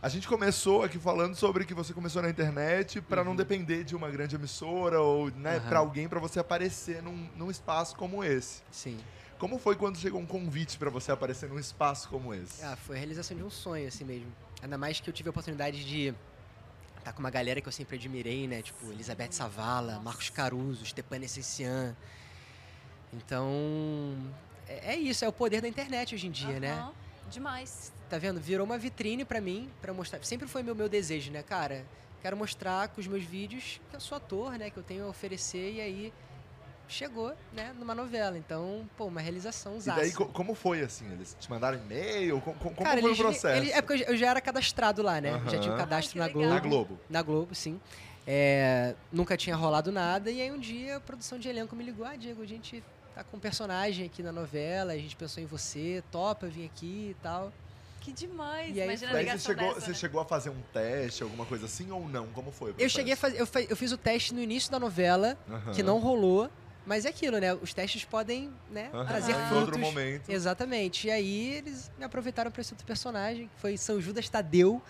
A gente começou aqui falando sobre que você começou na internet pra não Uhum. depender de uma grande emissora ou né, Aham. pra alguém pra você aparecer num, num espaço como esse. Sim. Como foi quando chegou um convite pra você aparecer num espaço como esse? Ah, foi a realização de um sonho, assim mesmo. Ainda mais que eu tive a oportunidade de estar com uma galera que eu sempre admirei, né? Tipo, Elizabeth Savala, Nossa. Marcos Caruso, Stepan Essencian. Então, é, é isso, é o poder da internet hoje em dia, né? Aham. Demais. Tá vendo? Virou uma vitrine pra mim, pra mostrar. Sempre foi meu, meu desejo, né, cara? Quero mostrar com os meus vídeos que eu sou ator, né? Que eu tenho a oferecer e aí chegou, né? Numa novela. Então, pô, uma realização e daí, co- como foi assim? Eles te mandaram e-mail? Co- co- Como, Cara, foi o eles- processo? eles- é porque eu já- eu já era cadastrado lá, né? Já tinha o Aham. Ah, cadastro que na legal. Na Globo. Globo. Na Globo, sim. É, nunca tinha rolado nada. E aí um dia a produção de elenco me ligou. Ah, Diego, a gente tá com um personagem aqui na novela. A gente pensou em você. Topa vir aqui e tal. Que demais. E aí Imagina a Daí você ligação chegou, dessa, você né? chegou a fazer um teste, alguma coisa assim ou não? Como foi? o Eu processo? cheguei a fazer... Eu, fa- eu fiz o teste no início da novela, Aham. que não rolou. Mas é aquilo, né? Os testes podem né, Aham. trazer Em Em frutos. outro momento. Exatamente. E aí eles me aproveitaram pra esse outro personagem, que foi São Judas Tadeu.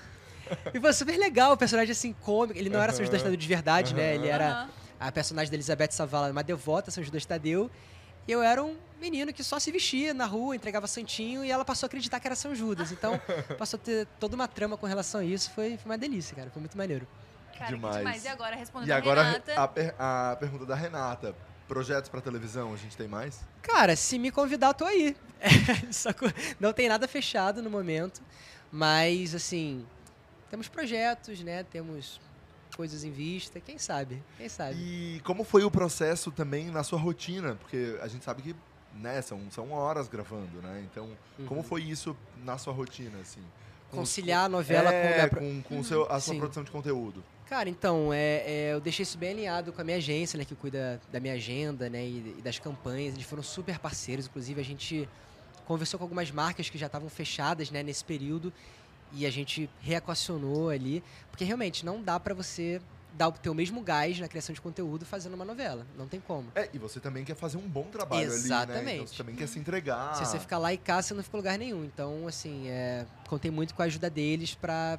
E foi super legal, o personagem assim, cômico. Ele não era São Judas Aham. Tadeu de verdade, né? Ele era Aham. a personagem da Elizabeth Savala, uma devota a São Judas Tadeu. E eu era um menino que só se vestia na rua, entregava santinho, e ela passou a acreditar que era São Judas. Então, passou a ter toda uma trama com relação a isso. Foi, foi uma delícia, cara. Foi muito maneiro. Cara, que Demais. demais. E agora, respondendo E agora a Renata. a, per- a pergunta da Renata. Projetos pra televisão, a gente tem mais? Cara, se me convidar, eu tô aí. Só que não tem nada fechado no momento, mas assim, temos projetos, né? Temos coisas em vista, quem sabe? Quem sabe? E como foi o processo também na sua rotina? Porque a gente sabe que né, são, são horas gravando, né? Então, como Uhum. foi isso na sua rotina, assim? Com os- conciliar a novela com a é, minha com, pro- com, o seu, a sua Sim. produção de conteúdo. Cara, então, é, é, eu deixei isso bem alinhado com a minha agência, né, que cuida da minha agenda, né, e, e das campanhas. Eles foram super parceiros, inclusive a gente conversou com algumas marcas que já estavam fechadas, né, nesse período, e a gente reequacionou ali, porque realmente não dá pra você dar o teu mesmo gás na criação de conteúdo fazendo uma novela, não tem como. É, e você também quer fazer um bom trabalho ali, né? Então Exatamente. você também quer se entregar. Se você ficar lá e cá, você não fica em lugar nenhum. Então, assim, é, contei muito com a ajuda deles pra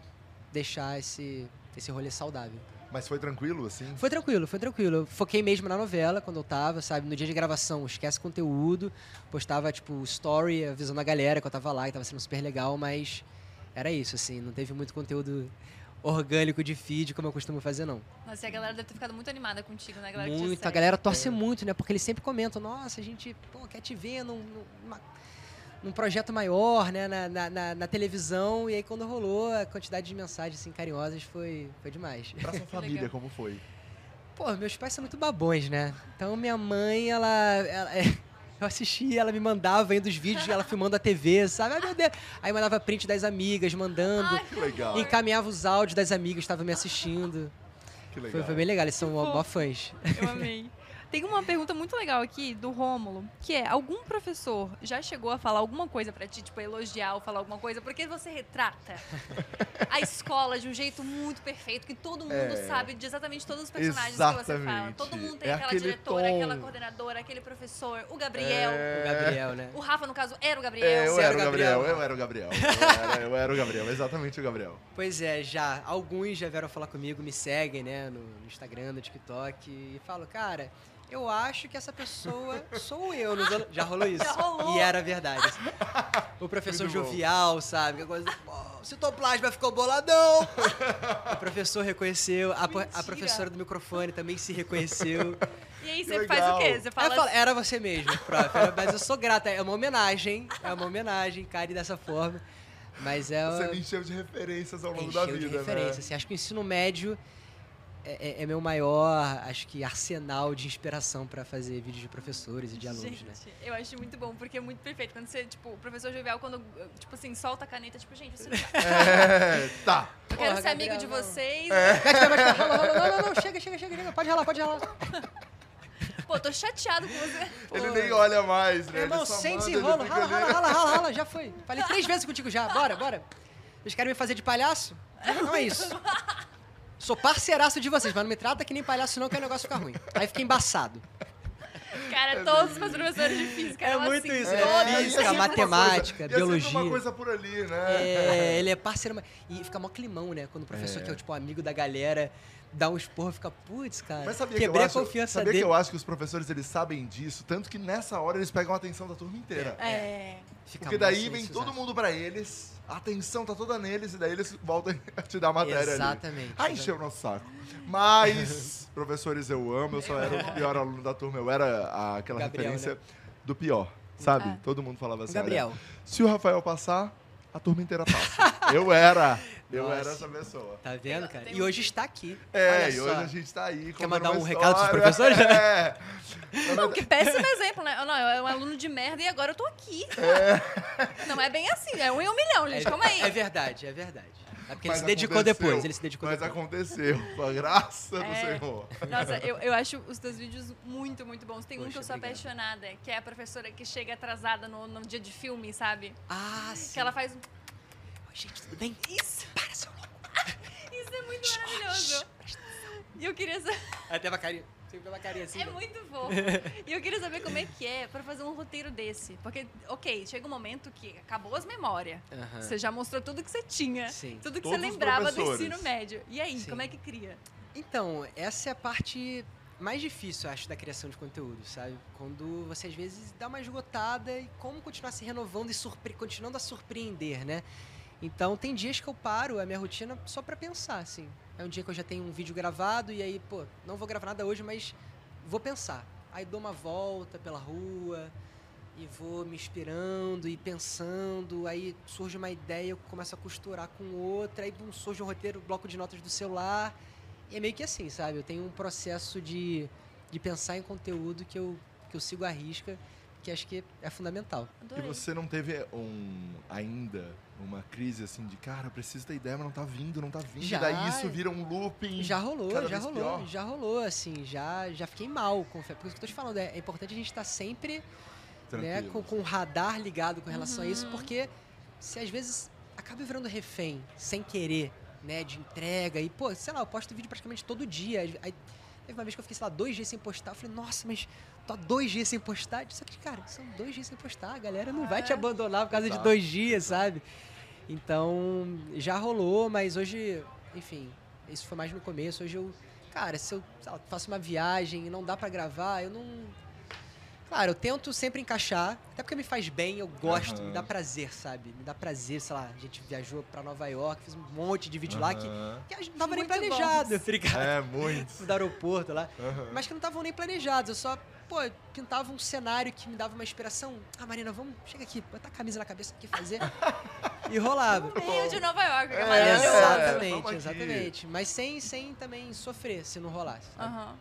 deixar esse esse rolê saudável. Mas foi tranquilo, assim? Foi tranquilo, foi tranquilo. Eu foquei mesmo na novela quando eu tava, sabe? No dia de gravação, esquece conteúdo. Postava, tipo, story avisando a galera que eu tava lá e tava sendo super legal, mas era isso, assim. Não teve muito conteúdo orgânico de feed, como eu costumo fazer, não. Nossa, e a galera deve ter ficado muito animada contigo, né? A galera que te Muito. A segue. galera torce muito, né? Porque eles sempre comentam, nossa, a gente, pô, quer te ver num, numa- num projeto maior, né? Na, na- na- na televisão. E aí, quando rolou, a quantidade de mensagens, assim, carinhosas foi, foi demais. Pra sua família, legal. como foi? Pô, meus pais são muito babões, né? Então minha mãe, ela. ela- é, eu assistia, ela me mandava indo os vídeos, ela filmando a TV, sabe? Ai, meu Deus. Aí mandava print das amigas, mandando. Ai, Que legal, encaminhava os áudios das amigas, que estavam me assistindo. que legal. Foi, foi bem legal, eles são Que mó fofo. mó fãs. Eu amei. Tem uma pergunta muito legal aqui do Rômulo, que é: algum professor já chegou a falar alguma coisa pra ti, tipo elogiar ou falar alguma coisa, porque você retrata a escola de um jeito muito perfeito, que todo mundo É. sabe de exatamente todos os personagens que você fala. Exatamente. Todo mundo tem É aquela aquele diretora, tom. aquela coordenadora, aquele professor, o Gabriel. O Gabriel, né? O Rafa, no caso, era o Gabriel. É, eu era o Você era o Gabriel, Gabriel. eu era o Gabriel. Eu era, eu era o Gabriel, exatamente o Gabriel. Pois é, já. Alguns já vieram falar comigo, me seguem, né? No, no Instagram, no TikTok. E falam, cara, eu acho que essa pessoa sou eu. nos anos-" Já rolou isso. Já rolou. E era verdade. assim. O professor Muito bom. jovial, sabe? Que é coisa, "Pô, citoplasma ficou boladão. o professor reconheceu, a, po- a Mentira. professora do microfone também se reconheceu. E aí Que você faz o quê? é. legal. Você Ela fala. assim. fala, era você mesmo, prof. Era- Mas eu sou grata. É uma homenagem. É uma homenagem, cara, dessa forma. Mas é. Você uma- me encheu de referências ao longo da encheu de vida, referência. né? assim. acho que o ensino médio é, é- é meu maior, acho que, arsenal de inspiração para fazer vídeos de professores e de alunos, gente, né? eu acho muito bom, porque é muito perfeito. Quando você, tipo, o professor jovial, quando, tipo assim, solta a caneta, tipo, gente, você, eu É, tá. quero Porra, ser amigo Gabriel, de não. vocês. Mas, mas, mas, rola, rola, não, não, não, chega, chega, chega, chega. Pode ralar, pode ralar. Pô, tô chateado com você. Ele Pô. nem olha mais, né? Meu irmão, ele só sem manda, ele desenrolo. fica Rala, ali. rala, rala, rala, rala. Já foi. Falei três vezes contigo já. Bora, bora. Vocês querem me fazer de palhaço? Não é isso. Sou parceiraço de vocês, mas não me trata que nem palhaço não, que o negócio fica ruim. Aí fica embaçado. Cara, todos os meus professores de física É eram muito assim, isso, É, né? todos. e é Física, sempre uma matemática, coisa- e É sempre biologia. uma coisa por ali, né? É, ele é parceiro. mas- E fica mó climão, né? Quando o professor, que é o tipo, amigo da galera, dá um esporro, fica, putz, cara. Mas sabia quebrei que eu a acho, confiança sabia dele. que eu acho que os professores eles sabem disso, tanto que nessa hora eles pegam a atenção da turma inteira. É. Fica Porque mó daí vem silencioso. todo mundo pra eles, a atenção tá toda neles, e daí eles voltam a te dar a matéria ali. Exatamente. Ah, encheu o nosso saco. Mas, professores, eu amo, eu só era o pior aluno da turma, eu era a- aquela Gabriel, né? É. referência do pior, sabe? Ah. Todo mundo falava assim, olha, Gabriel. se o Rafael passar, a turma inteira passa. eu era, eu Nossa. era essa pessoa. Tá vendo, Tem- cara? tem E um- hoje está aqui. É, Olha e só. hoje a gente tá aí. contando mandar uma um recado pros história. professores? É. Não, que péssimo exemplo, né? Eu Não, eu era um aluno de merda e agora eu tô aqui. Não é bem assim, é um em um milhão, gente. É- Calma aí. É verdade, é verdade. É porque ele Mas se dedicou aconteceu, depois, ele se dedicou Mas depois. aconteceu, com a graça É. do Senhor. Nossa, eu, eu acho os teus vídeos muito, muito bons. Tem um Poxa, que eu sou obrigado. apaixonada, que é a professora que chega atrasada no, no dia de filme, sabe? Ah, sim. Que ela faz um... Oi, Gente, tudo bem? Isso, Para, seu louco. isso é muito maravilhoso. E eu queria saber... Aí teve a carinha, sempre teve a carinha assim. É né? muito fofo. E eu queria saber como é que é pra fazer um roteiro desse. Porque, ok, chega um momento que acabou as memórias. Aham. Você já mostrou tudo que você tinha. Sim. Tudo que É. Todos você os lembrava do professores. ensino médio. E aí, Sim. como é que cria? Então, essa é a parte mais difícil, eu acho, da criação de conteúdo, sabe? Quando você às vezes dá uma esgotada e como continuar se renovando e surpre- continuando a surpreender, né? Então, tem dias que eu paro a minha rotina só pra pensar, assim. É um dia que eu já tenho um vídeo gravado e aí, pô, não vou gravar nada hoje, mas vou pensar. Aí dou uma volta pela rua e vou me inspirando e pensando. Aí surge uma ideia, eu começo a costurar com outra, aí bum, surge um roteiro, bloco de notas do celular. E é meio que assim, sabe? Eu tenho um processo de, de pensar em conteúdo que eu, que eu sigo à risca, que acho que é fundamental. E Adorei. você não teve um, ainda uma crise assim de, cara, preciso da ideia, mas não tá vindo, não tá vindo. Já. E daí isso vira um looping. Já rolou, cada já vez rolou, pior. já rolou, assim, já, já fiquei mal, confesso. Por isso que eu tô te falando, é, é importante a gente estar sempre né, Tranquilo. com, com o radar ligado com relação a isso, Uhum. porque se às vezes acaba virando refém, sem querer, né, de entrega, e pô, sei lá, eu posto vídeo praticamente todo dia. Aí, teve uma vez que eu fiquei, sei lá, dois dias sem postar, eu falei, nossa, mas tô há dois dias sem postar. Só que, cara, são dois dias sem postar, a galera não vai te É. abandonar por causa de Exato, dois dias, sabe? Então, já rolou, mas hoje, enfim, isso foi mais no começo, hoje eu Cara, se eu sei lá, faço uma viagem e não dá pra gravar, eu não. Claro, eu tento sempre encaixar, até porque me faz bem, eu gosto, Aham. me dá prazer, sabe? Me dá prazer, sei lá, a gente viajou pra Nova York, fiz um monte de vídeo lá que, Aham. que a gente não tava nem Muito bom. planejado, tá ligado? É, muito. Do aeroporto lá. Aham. Mas que não estavam nem planejados, eu só, pô, eu pintava um cenário que me dava uma inspiração. Ah, Marina, vamos, chega aqui, botar a camisa na cabeça, o que fazer? e rolava. Meio de Nova York, que é É, maravilhoso. vamos exatamente, aqui. exatamente. Mas sem, sem também sofrer, se não rolasse. É. sabe? Aham.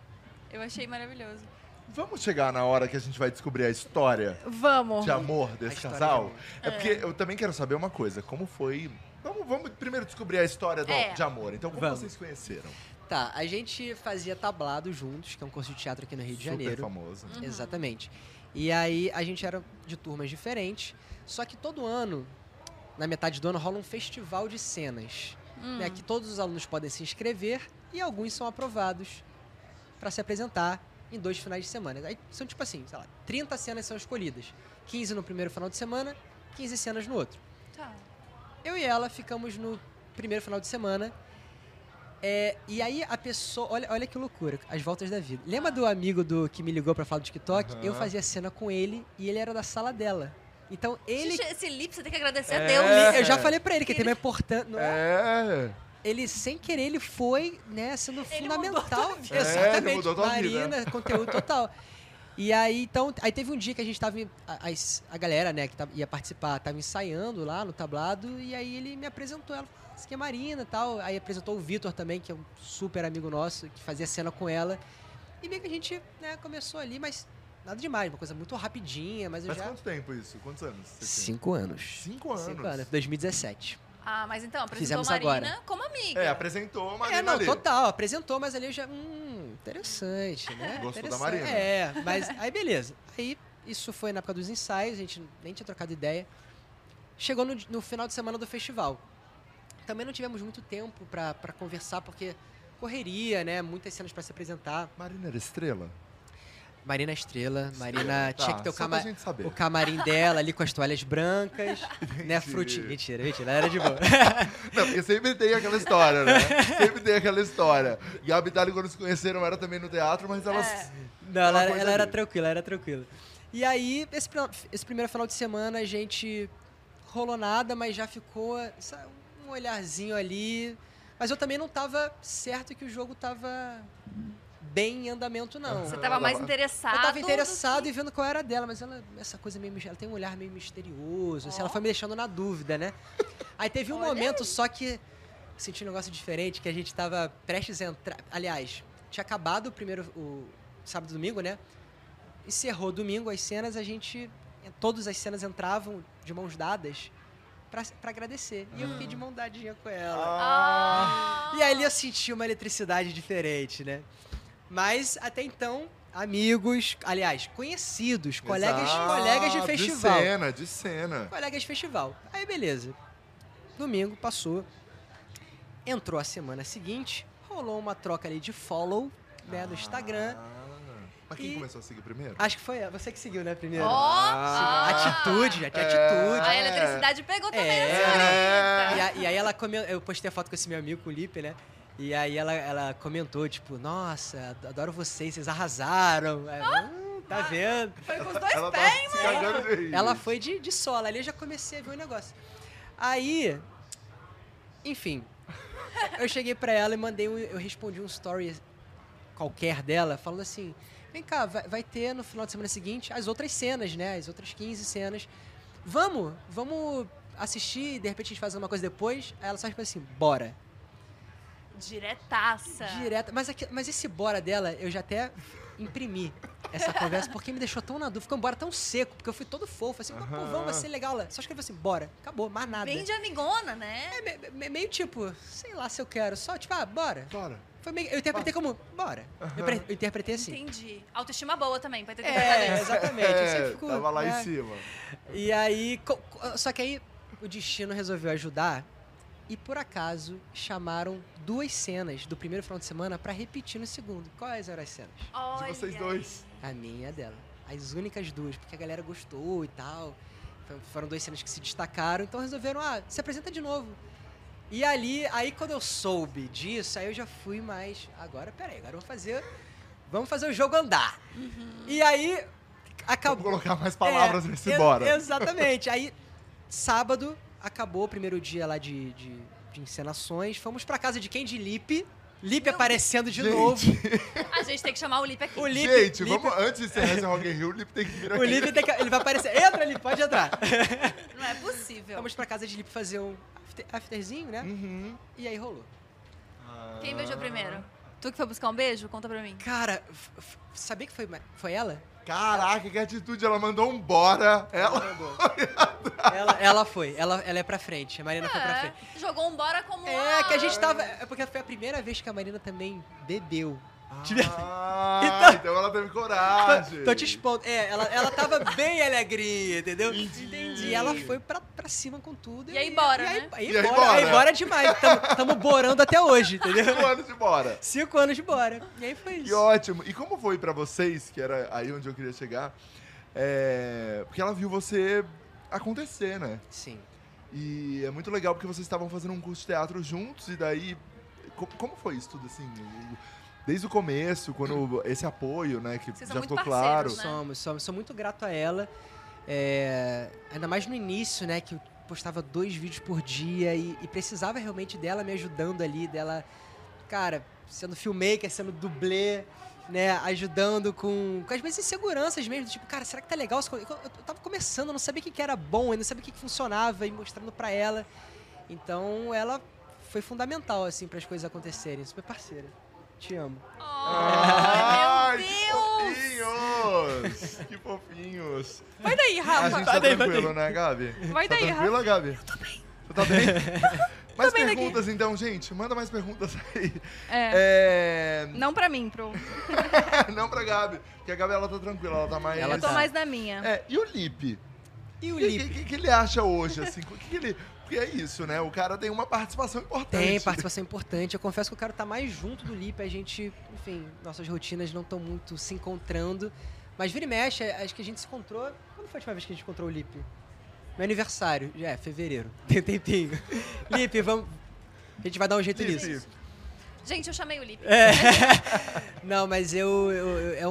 Eu achei maravilhoso. Vamos chegar na hora que a gente vai descobrir a história Vamos. de amor A desse história casal. de amor. É porque eu também quero saber uma coisa, como foi... Vamos, vamos primeiro descobrir a história do- É. de amor. Então, como Vamos. vocês conheceram? Tá, a gente fazia tablado juntos, que é um curso de teatro aqui no Rio de Super Janeiro. famoso. Uhum. Exatamente. E aí a gente era de turmas diferentes, só que todo ano, na metade do ano, rola um festival de cenas. Hum. Né, que todos os alunos podem se inscrever e alguns são aprovados para se apresentar em dois finais de semana. Aí são tipo assim, sei lá, 30 cenas são escolhidas. 15 no primeiro final de semana, 15 cenas no outro. Tá. Eu e ela ficamos no primeiro final de semana. É, e aí a pessoa. Olha, olha que loucura, as voltas da vida. Lembra do amigo do que me ligou pra falar do TikTok? Aham. Eu fazia cena com ele e ele era da sala dela. Então ele. Gente, esse lip você tem que agradecer É. a Deus. É. Eu já falei pra ele que ele tem uma importância. não é? É. Ele, sem querer, ele foi, né, sendo Ele mudou fundamental. É, ele Exatamente. mudou a tua vida. Marina, conteúdo total. E aí, então, aí teve um dia que a gente tava. em- A, as- a galera, né, que tava- ia participar, tava ensaiando lá no tablado, e aí ele me apresentou. Ela falou, "Ah, isso aqui é Marina e tal. Aí apresentou o Vitor também, que é um super amigo nosso, que fazia cena com ela. E meio que a gente, né, começou ali, mas nada demais, uma coisa muito rapidinha, mas eu Faz já. quanto tempo isso? Quantos anos? você tinha? Cinco anos. Cinco anos. Cinco anos, 2017. Ah, mas então, apresentou Fizemos a Marina agora. como amiga. É, apresentou a Marina É, não, ali. total. Apresentou, mas ali eu já. Hum, interessante, né? Gostou da Interessante. Marina. É, mas aí beleza. Aí isso foi na época dos ensaios, a gente nem tinha trocado ideia. Chegou no, no final de semana do festival. Também não tivemos muito tempo pra pra conversar, porque correria, né? Muitas cenas pra se apresentar. Marina era estrela? Marina é Estrela, Marina tinha que ter o, Tá, só cama- pra gente saber. o camarim dela ali com as toalhas brancas, né? Frutinha. Mentira, mentira, ela era de boa. Não, porque sempre tem aquela história, né? sempre tem aquela história. Gabi e Dali, quando se conheceram, era também no teatro, mas elas... É. Não, Aquela ela, era- coisa ela era ali. tranquila, ela era tranquila. E aí, esse, pri- esse primeiro final de semana, a gente rolou nada, mas já ficou sabe, um olharzinho ali. Mas eu também não tava certo que o jogo tava bem em andamento, não. Você Aham. tava mais Eu interessado. Eu tava do interessado que- e vendo qual era dela, mas ela, essa coisa meio, mis- ela tem um olhar meio misterioso, assim, Ó. ela foi me deixando na dúvida, né? Aí teve um Olha momento só que eu senti um negócio diferente, que a gente tava prestes a entrar. Aliás, tinha acabado o primeiro, o sábado e domingo, né? Encerrou domingo as cenas, a gente, todas as cenas entravam de mãos dadas pra, pra agradecer. E eu fiquei Hum. de mão dadinha com ela. Ah. E ali eu senti uma eletricidade diferente, né? Mas até então, amigos, aliás, conhecidos, colegas, Exato, colegas de festival. De cena, de cena. Colegas de festival. Aí beleza. Domingo passou. Entrou a semana seguinte, rolou uma troca ali de follow, né, no Instagram. Ah. Mas quem E- Ah, começou a seguir primeiro? Acho que foi você que seguiu, né, primeiro? Ó, Ah. Atitude, já tinha É. atitude. A eletricidade pegou também É. a senhorita. E, a- e aí ela comentou, eu postei a foto com esse meu amigo, com o Lipe, né? E aí ela, ela comentou, tipo, nossa, ad- adoro vocês, vocês arrasaram. Aí eu, "Hum, tá vendo? Foi com os dois ela pés. tá se cagando de rir. Ela foi de, de sola, ali eu já comecei a ver o negócio. Aí, enfim, eu cheguei pra ela e mandei, um, eu respondi um story qualquer dela, falando assim, vem cá, vai, vai ter no final de semana seguinte as outras cenas, né? As outras 15 cenas. Vamos, vamos assistir e de repente a gente faz alguma coisa depois. Aí ela só respondeu assim, bora. Diretaça. Direta. Mas, aqui- mas esse bora dela, eu já até imprimi essa conversa, porque me deixou tão na dúvida, ficou um bora tão seco, porque eu fui todo fofo, assim, pô, Aham. vamos, vai ser legal. Ela Só escreveu assim, bora. Acabou, mais nada. Bem de amigona, né? É me- me- meio tipo, sei lá se eu quero, só tipo, ah, bora. Bora. Foi meio- eu interpretei como, bora. Eu, pre- eu interpretei assim. Entendi. Autoestima boa também, pra ter É, é. exatamente. Eu sempre É, fico, tava lá né? em cima. E aí, co- co- só que aí o destino resolveu ajudar e por acaso chamaram duas cenas do primeiro final de semana pra repetir no segundo. Quais eram as cenas? Olha. De vocês dois. A minha e a dela. As únicas duas, porque a galera gostou e tal. Então, Foram duas cenas que se destacaram, então resolveram, ah, se apresenta de novo. E ali, aí quando eu soube disso, aí eu já fui mais. Agora, peraí, agora eu vou fazer. Vamos fazer o jogo andar. Uhum. E aí, Vamos acabou. colocar mais palavras É, nesse ex- bora. Exatamente. Aí, sábado, acabou o primeiro dia lá de, de, de encenações. Fomos pra casa de quem? De Lipe. Lipe aparecendo de Gente. novo. A gente tem que chamar o Lipe aqui. O Lipe, Gente, Lipe- vamos, antes de encerrar esse Rock in Rio, o Lipe tem que vir aqui. O Lipe tem que- ele vai aparecer. Entra, Lipe, pode entrar. Não é possível. Vamos pra casa de Lipe fazer um after- afterzinho, Hum. né? Uhum. E aí rolou. Quem beijou primeiro? Tu que foi buscar um beijo? Conta pra mim. Cara, f- f- sabia que foi, ma- foi ela? Caraca, que atitude. Ela mandou um bora. Ela... mandou. ela, ela foi, ela, ela é pra frente. A Marina foi pra frente. É, jogou um bora como É, ah, que a gente tava. É porque foi a primeira vez que a Marina também bebeu. Ah, então... Então- ela teve Tô, coragem. tô te expondo. É, ela, ela tava bem alegrinha, entendeu? Entendi. E ela foi pra, pra cima com tudo. E aí bora, e aí, né? aí E aí bora, bora. aí bora demais. Tamo, tamo borando até hoje, entendeu? Cinco anos Um de bora. Cinco anos de bora. E aí foi Que isso. ótimo. E como foi pra vocês, que era aí onde eu queria chegar, é, porque ela viu você acontecer, né? Sim. E é muito legal porque vocês estavam fazendo um curso de teatro juntos e daí co- como foi isso tudo, assim? Desde o começo, quando esse apoio, né, que Vocês são já muito ficou claro. parceiros, né? Somos, somos. Sou muito grato a ela. É, ainda mais no início, né? Que eu postava dois vídeos por dia e, e precisava realmente dela me ajudando ali, dela, cara, sendo filmmaker, sendo dublê, né? Ajudando com, com às vezes inseguranças mesmo. Tipo, cara, será que tá legal? isso? Eu, eu tava começando, eu não sabia o que, que era bom, eu não sabia o que, que funcionava e mostrando pra ela. Então ela foi fundamental, assim, para as coisas acontecerem. Super parceira. Te amo. Oh, Ai, meu que Deus! fofinhos! que fofinhos! Ah, Vai daí, A Rafa. gente tá Vai daí, vai tranquilo, né, Gabi? Vai tá daí, Rafa. tranquila, Gabi? Eu tô bem. Você tá bem? mais bem daqui. perguntas, então, gente. Manda mais perguntas aí. É, É... Não pra mim, pro. Não pra Gabi, porque a Gabi ela tá tranquila, ela tá mais. Ela Eu tô tá. mais na minha. É, e o Lipe? E O o que, Lipe? que, que ele acha hoje, assim? O que, que ele. Porque é isso, né? O cara tem uma participação importante. Tem participação importante. Eu confesso que eu quero estar mais junto do Lipe. A gente, enfim, nossas rotinas não estão muito se encontrando. Mas vira e mexe, acho que a gente se encontrou. Quando foi a última vez que a gente encontrou o Lipe? Meu aniversário. Já é, fevereiro. Tem tempinho. Lipe, vamos. A gente vai dar um jeito Lipe, nisso. É. Gente, eu chamei o Lipe. Não, mas eu, eu- eu-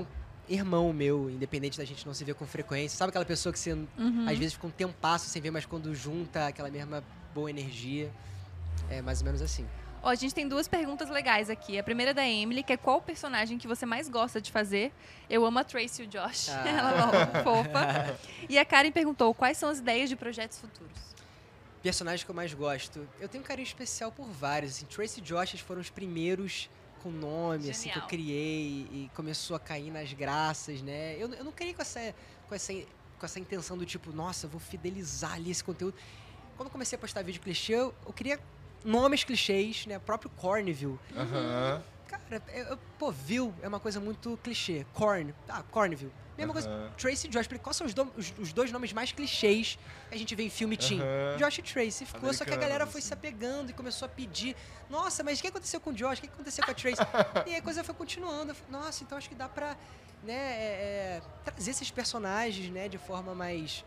É um irmão meu, independente da gente não se ver com frequência. Sabe aquela pessoa que você Uhum. às vezes fica um tempasso sem ver, mas quando junta aquela mesma boa energia? É mais ou menos assim. Ó, a gente tem duas perguntas legais aqui. A primeira é da Emily, que é qual o personagem que você mais gosta de fazer? Eu amo a Tracy e o Josh. Ah. Ela é uma fofa. E a Karen perguntou, quais são as ideias de projetos futuros? Personagens que eu mais gosto. Eu tenho um carinho especial por vários. Assim, Tracy e Josh eles foram os primeiros com nome assim, que eu Genial. criei e começou a cair nas graças, né? Eu, eu não criei com essa, com, essa, com essa intenção do tipo, nossa, eu vou fidelizar ali esse conteúdo. Quando eu comecei a postar vídeo clichê, eu, eu queria nomes clichês, né? O próprio Cornville. Aham. Cara, eu, eu- pô, Ville é uma coisa muito clichê. Corn. Ah, Cornville. Mesma coisa. aham, Tracy e Josh. Falei, Quais são os, dom- os- os dois nomes mais clichês que a gente vê em filme teen? aham. Josh e Tracy ficou, só que a Americanos, galera foi assim. se apegando e começou a pedir. Nossa, mas o que aconteceu com o Josh? O que aconteceu com a Tracy? e aí a coisa foi continuando. Eu falei, Nossa, então acho que dá pra né, é, é, trazer esses personagens né, de forma mais,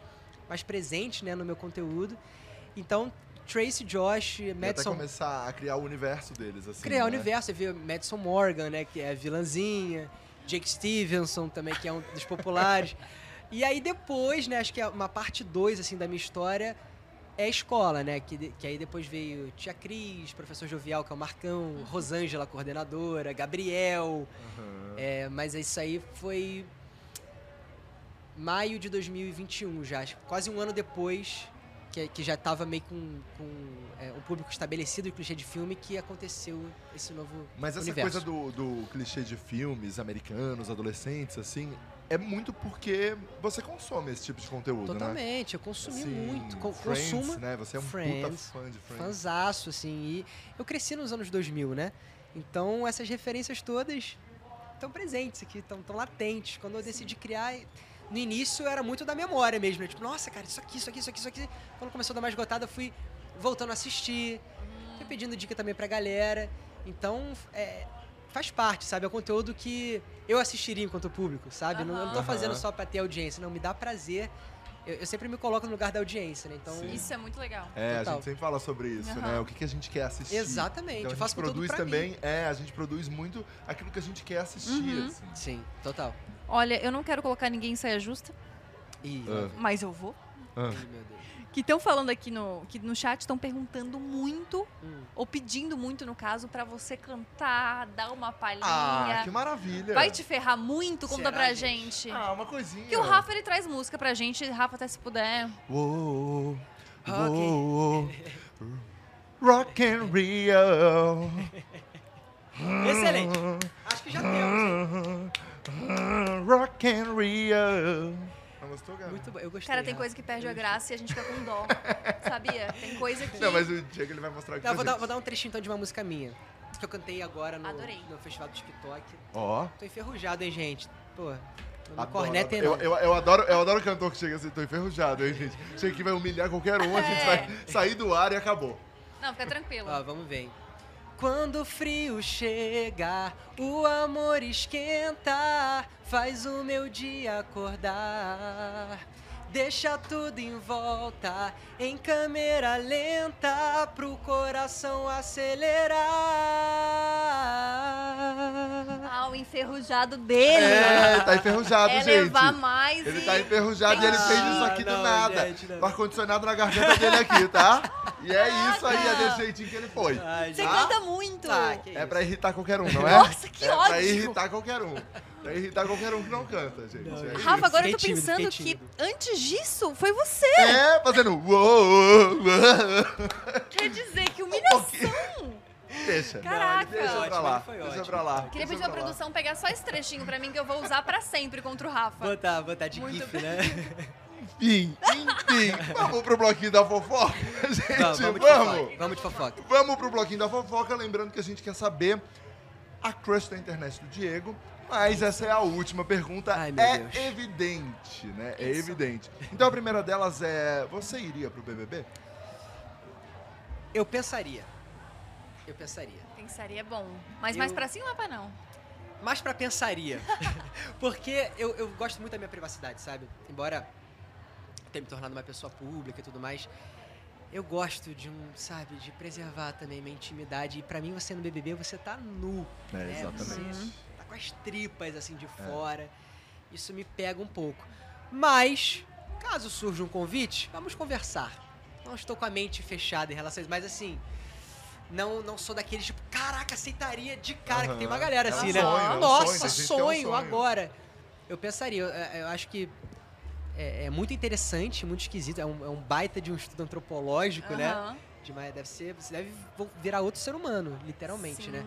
mais presente né, no meu conteúdo. Então, Tracy, Josh, E até Madison. começar a criar o universo deles, assim. Criar né? o universo, você vê Madison Morgan, né, que é a vilãzinha, Jake Stevenson também, que é um dos populares. E aí depois, né, acho que é uma parte 2 assim da minha história é a escola, né, que, de- que aí depois veio Tia Cris, professor Jovial, que é o Uhum. Marcão, Rosângela, coordenadora, Gabriel. Aham. É, mas isso aí foi maio de 2021 já, acho que quase um ano depois que, que já tava meio com, com é, o público estabelecido e o clichê de filme que aconteceu esse novo Mas essa universo. coisa do, do clichê de filmes americanos, adolescentes, assim, é muito porque você consome esse tipo de conteúdo, né? Totalmente, eu consumi Assim, muito, co- Friends, consumo né? Você é um puta Friends, fã de Friends. fanzaço, assim, e eu cresci nos anos 2000, né? Então essas referências todas estão presentes aqui, estão tão latentes. Quando eu decidi criar, no início era muito da memória mesmo, né? Tipo, nossa, cara, isso aqui, isso aqui, isso aqui, isso aqui. Quando começou a dar mais esgotada, eu fui voltando a assistir, fui pedindo dica também pra galera. Então, é, faz parte, sabe? É um conteúdo que eu assistiria enquanto público, sabe? Não, eu não tô Aham. fazendo Aham. só pra ter audiência, não, me dá prazer. Eu, eu sempre me coloco no lugar da audiência, né? Então, Sim. Isso é muito legal. É, a Total. gente sempre fala sobre isso, Aham. né? O que, que a gente quer assistir. Exatamente, Então, a eu gente faço conteúdo produz pra também, mim. é, a gente produz muito aquilo que a gente quer assistir, Uhum. assim. Sim, total. Olha, eu não quero colocar ninguém em saia justa, Ih, Ah. mas eu vou. Ah. ih, meu Deus. Que estão falando aqui no, que no chat, estão perguntando muito, Hum. ou pedindo muito, no caso, pra você cantar, dar uma palhinha. Ah, que maravilha! Vai te ferrar muito, conta Será, pra gente? gente. Ah, uma coisinha. Porque o Rafa, ele traz música pra gente. Rafa, até se puder. Uou, Rock. uou, Rock and Rio. Excelente. Acho que já temos, hein? Rock and Rio. Não gostou, cara? Muito bom, eu gostei. né? Cara, tem Rafa. coisa que perde a graça e a gente fica com dó. sabia? Tem coisa que. Não, mas o Diego ele vai mostrar aqui. Tá, vou pra dar, vou dar um trechinho então de uma música minha. Que eu cantei agora no, Adorei. no festival do TikTok. gente. Ó. Tô enferrujado, hein, gente? Pô, não Adoro. corneta hein, eu, não. eu, eu adoro, eu adoro cantor que chega assim, tô enferrujado, hein, gente. Chega aqui, vai humilhar qualquer um, a gente É. vai sair do ar e acabou. Não, fica tranquilo. Ó, vamos ver. hein? Quando o frio chegar, o amor esquenta, faz o meu dia acordar. Deixa tudo em volta, em câmera lenta, pro coração acelerar. Ah, enferrujado dele. É, ele tá enferrujado, É gente. levar mais Ele e- tá enferrujado e ele fez isso aqui do não, nada. gente, não. O ar-condicionado na garganta dele aqui, tá? E é isso aí, é desse jeitinho que ele foi. Ai, Você gente. canta muito. Ah, que É isso. pra irritar qualquer um, não é? Nossa, que é Pra ódio. irritar qualquer um. Pra irritar qualquer um que não canta, gente. Não, é, gente. Rafa, agora eu tô Fiquei tímido, pensando fiquei que tímido. antes disso foi você. é fazendo. uou, uou, uou. Quer dizer, que Um humilhação. pouquinho. Deixa. Caraca. Deixa Foi pra ótimo, lá. ele foi Deixa ótimo. pra lá. Queria deixa pedir pra pra lá. produção pegar só esse trechinho pra mim que eu vou usar pra sempre contra o Rafa. Botar, botar de Muito gif, bem. né? Enfim, enfim. vamos pro bloquinho da fofoca, gente. Não, vamos. de fofoca, Vamos de fofoca. Vamos pro bloquinho da fofoca, lembrando que a gente quer saber a crush da internet do Diego. Mas essa é a última pergunta. Ai, meu é Deus. evidente, né? É Isso. evidente. Então a primeira delas é: você iria pro BBB? Eu pensaria. Eu pensaria. Pensaria é bom. Mas Eu- mais pra sim ou mais pra não? mais pra pensaria. Porque eu, eu gosto muito da minha privacidade, sabe? Embora eu tenha me tornado uma pessoa pública e tudo mais, eu gosto de um, sabe, de preservar também minha intimidade. E pra mim, você no BBB, você tá nu, É, exatamente. tá com as tripas assim de fora. Isso me pega um pouco. Mas, caso surja um convite, vamos conversar. Não estou com a mente fechada em relações, mas assim, não não sou daqueles tipo, caraca, aceitaria de cara, que tem uma Aham. galera É um assim, né? sonho, é um sonho, tem Nossa, gente que é um sonho, sonho. agora. Eu pensaria, eu, eu acho que é, é muito interessante, muito esquisito, é um, é um baita de um estudo antropológico, né? Aham. De uma- deve ser, você deve virar outro ser humano, literalmente, Sim. né?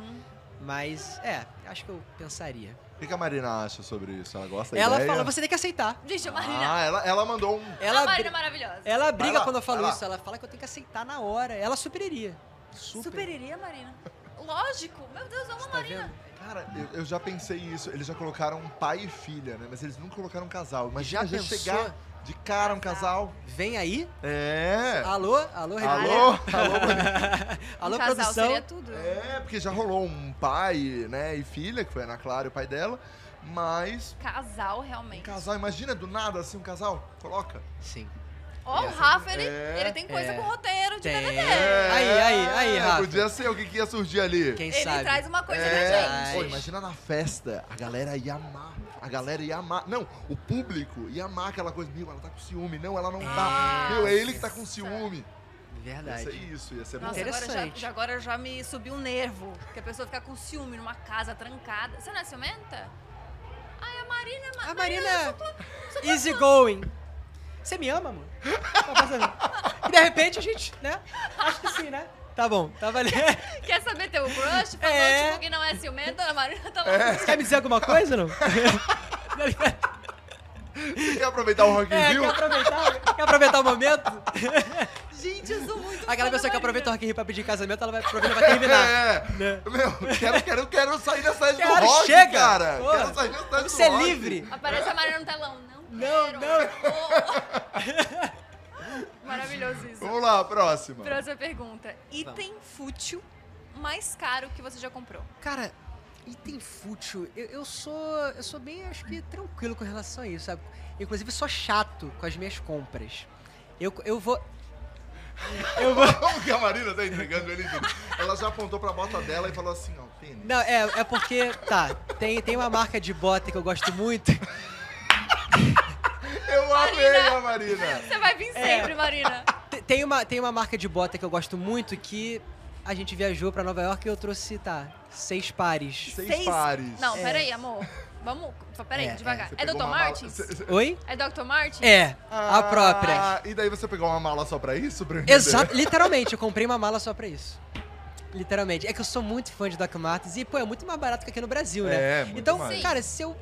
Mas, é, acho que eu pensaria. O que que a Marina acha sobre isso? Ela gosta da ela ideia? fala, você tem que aceitar. Gente, a Marina. Ah, ela, ela mandou um. a Ela, Marina é bri- maravilhosa. ela briga lá, quando eu falo vai lá. isso, ela fala que eu tenho que aceitar na hora. Ela superiria. Super. Superiria, Marina. Lógico. Meu Deus, eu amo a Tá Marina. vendo? Cara, eu, eu já pensei isso. Eles já colocaram um pai e filha, né? Mas eles nunca colocaram um casal. Imagina já, pensou? chegar de cara um casal. Vem aí. É. Alô? Alô, Alô? Alô, Alô, um casal produção. seria tudo. É, porque já rolou um pai, né, e filha, que foi a Ana Clara e o pai dela, mas Casal, um realmente. casal, imagina do nada assim um casal, coloca. Sim. Ó, o É. Rafa, ele, É. ele tem coisa É. com roteiro de Tem. BBB. É. Aí, aí, aí, Rafa. Podia ser o que, que ia surgir ali. Quem Ele sabe? traz uma coisa pra É. gente. Pô, imagina na festa, a galera ia amar, a galera ia amar, não, o público ia amar aquela coisa, meu, ela tá com ciúme, não, ela não tá, meu, é ele que tá com ciúme. um- Ia ser Ah, Verdade. isso, ia ser Nossa, bom. agora já, Interessante. já- agora já me subiu um nervo. Que a pessoa fica com ciúme numa casa trancada. Você não é ciumenta? Ai, a Marina, é ma- A Marina easy going. Você me ama, amor? Tá passando. E de repente a gente, né? Acho que sim, né? Tá bom, tá valendo. Quer saber teu crush? Falou, É. tipo, que não é ciumenta, a Marina tá lá. Você quer me dizer alguma coisa, não? Tá Quer aproveitar o Rock in É, Rio? quer aproveitar? Quer aproveitar o momento? Gente, eu sou muito fã da Aquela pessoa que Marina. aproveita o Rock in Rio pra pedir casamento, ela vai aproveitar vai terminar. É. Né? Meu, quero, quero, quero sair dessa do Quero, rock, chega! cara. Pô, quero sair dessa do Vamos ser rock. é livre. Aparece a Marina no telão. Não, Não, quero. não. Oh. Maravilhoso isso. Vamos lá, próxima. Próxima pergunta. Item fútil mais caro que você já comprou? Cara, item fútil, eu, eu sou. Eu sou bem, acho que, tranquilo com relação a isso, sabe? Inclusive, sou chato com as minhas compras. Eu, eu vou. Eu vou. Como que a Marina tá entregando ele tudo? Ela já apontou pra bota dela e falou assim, ó, tênis. Não, é, é porque. Tá, tem, tem uma marca de bota que eu gosto muito. Eu amei a Marina. Você vai vir É. sempre, Marina. Te- Tem uma, tem uma marca de bota que eu gosto muito que a gente viajou pra Nova York e eu trouxe, tá, seis pares. Seis, pares. Não, É. peraí, amor. Vamos. Peraí, É, é. devagar. Você É, pegou Dr. uma mala- Martins? Cê- cê- Oi? É Dr. Martins? É, a Ah, própria. E daí você pegou uma mala só pra isso, Bruno? Exato, literalmente, eu comprei uma mala só pra isso. Literalmente. É que eu sou muito fã de Doc Martens e, pô, é muito mais barato que aqui no Brasil, né? É, muito então, mais. cara, se eu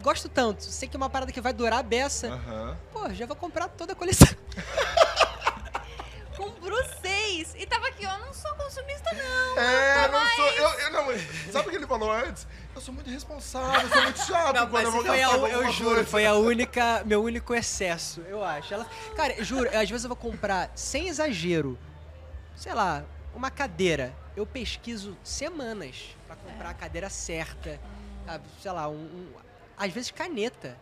gosto tanto, sei que é uma parada que vai durar a beça, Aham. pô, já vou comprar toda a coleção. Comprou seis. E tava aqui, eu não sou consumista, não. É, eu não sou. Eu, eu não. Sabe o que ele falou antes? Eu sou muito responsável, eu sou muito chato quando eu vou foi a, gastar com eu alguma juro, coisa. foi a única, meu único excesso, eu acho. Ela, cara, juro, às vezes eu vou comprar, sem exagero, sei lá, uma cadeira. Eu pesquiso semanas pra comprar a cadeira certa. sabe? Sei lá, um, um- às vezes caneta.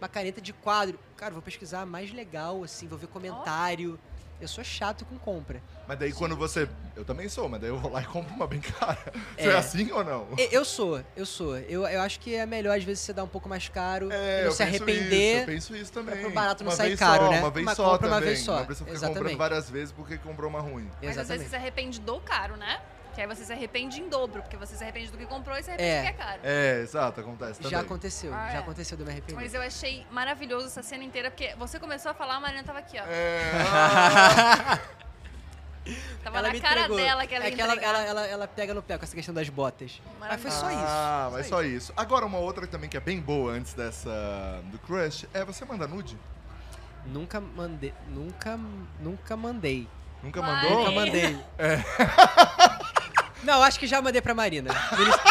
Uma caneta de quadro. Cara, eu vou pesquisar a mais legal, assim, vou ver comentário. Eu sou chato com compra. Mas daí quando você Eu também sou, mas daí eu vou lá e compro uma bem cara. É. Você é assim ou não? E- Eu sou, eu sou. Eu, eu acho que é melhor, às vezes, você dar um pouco mais caro É, e não se penso arrepender. Isso, eu penso isso também. pro barato não Uma sair vez caro, só, né? Uma vez Uma só compra uma também. vez só. Uma pessoa fica Exatamente. comprando várias vezes porque comprou uma ruim. Mas às vezes Exatamente. você se arrepende do caro, né? Que aí você se arrepende em dobro, porque você se arrepende do que comprou e se arrepende É. do que é caro. É, exato, acontece também. Já aconteceu, Ah, é. já aconteceu de eu me arrepender. Mas eu achei maravilhoso essa cena inteira, porque você começou a falar, a Marina tava aqui, ó. É, ah, Tava na cara dela que ela é ia que ela, entregar. ela, ela, ela pega no pé com essa questão das botas. Mas foi só isso. Ah, mas só isso. Agora, uma outra também que é bem boa antes dessa do crush é você manda nude. Nunca mandei. Nunca, nunca mandei. Nunca Mas- mandou? Nunca Ei. mandei. É. Não, acho que já mandei pra Marina. No início,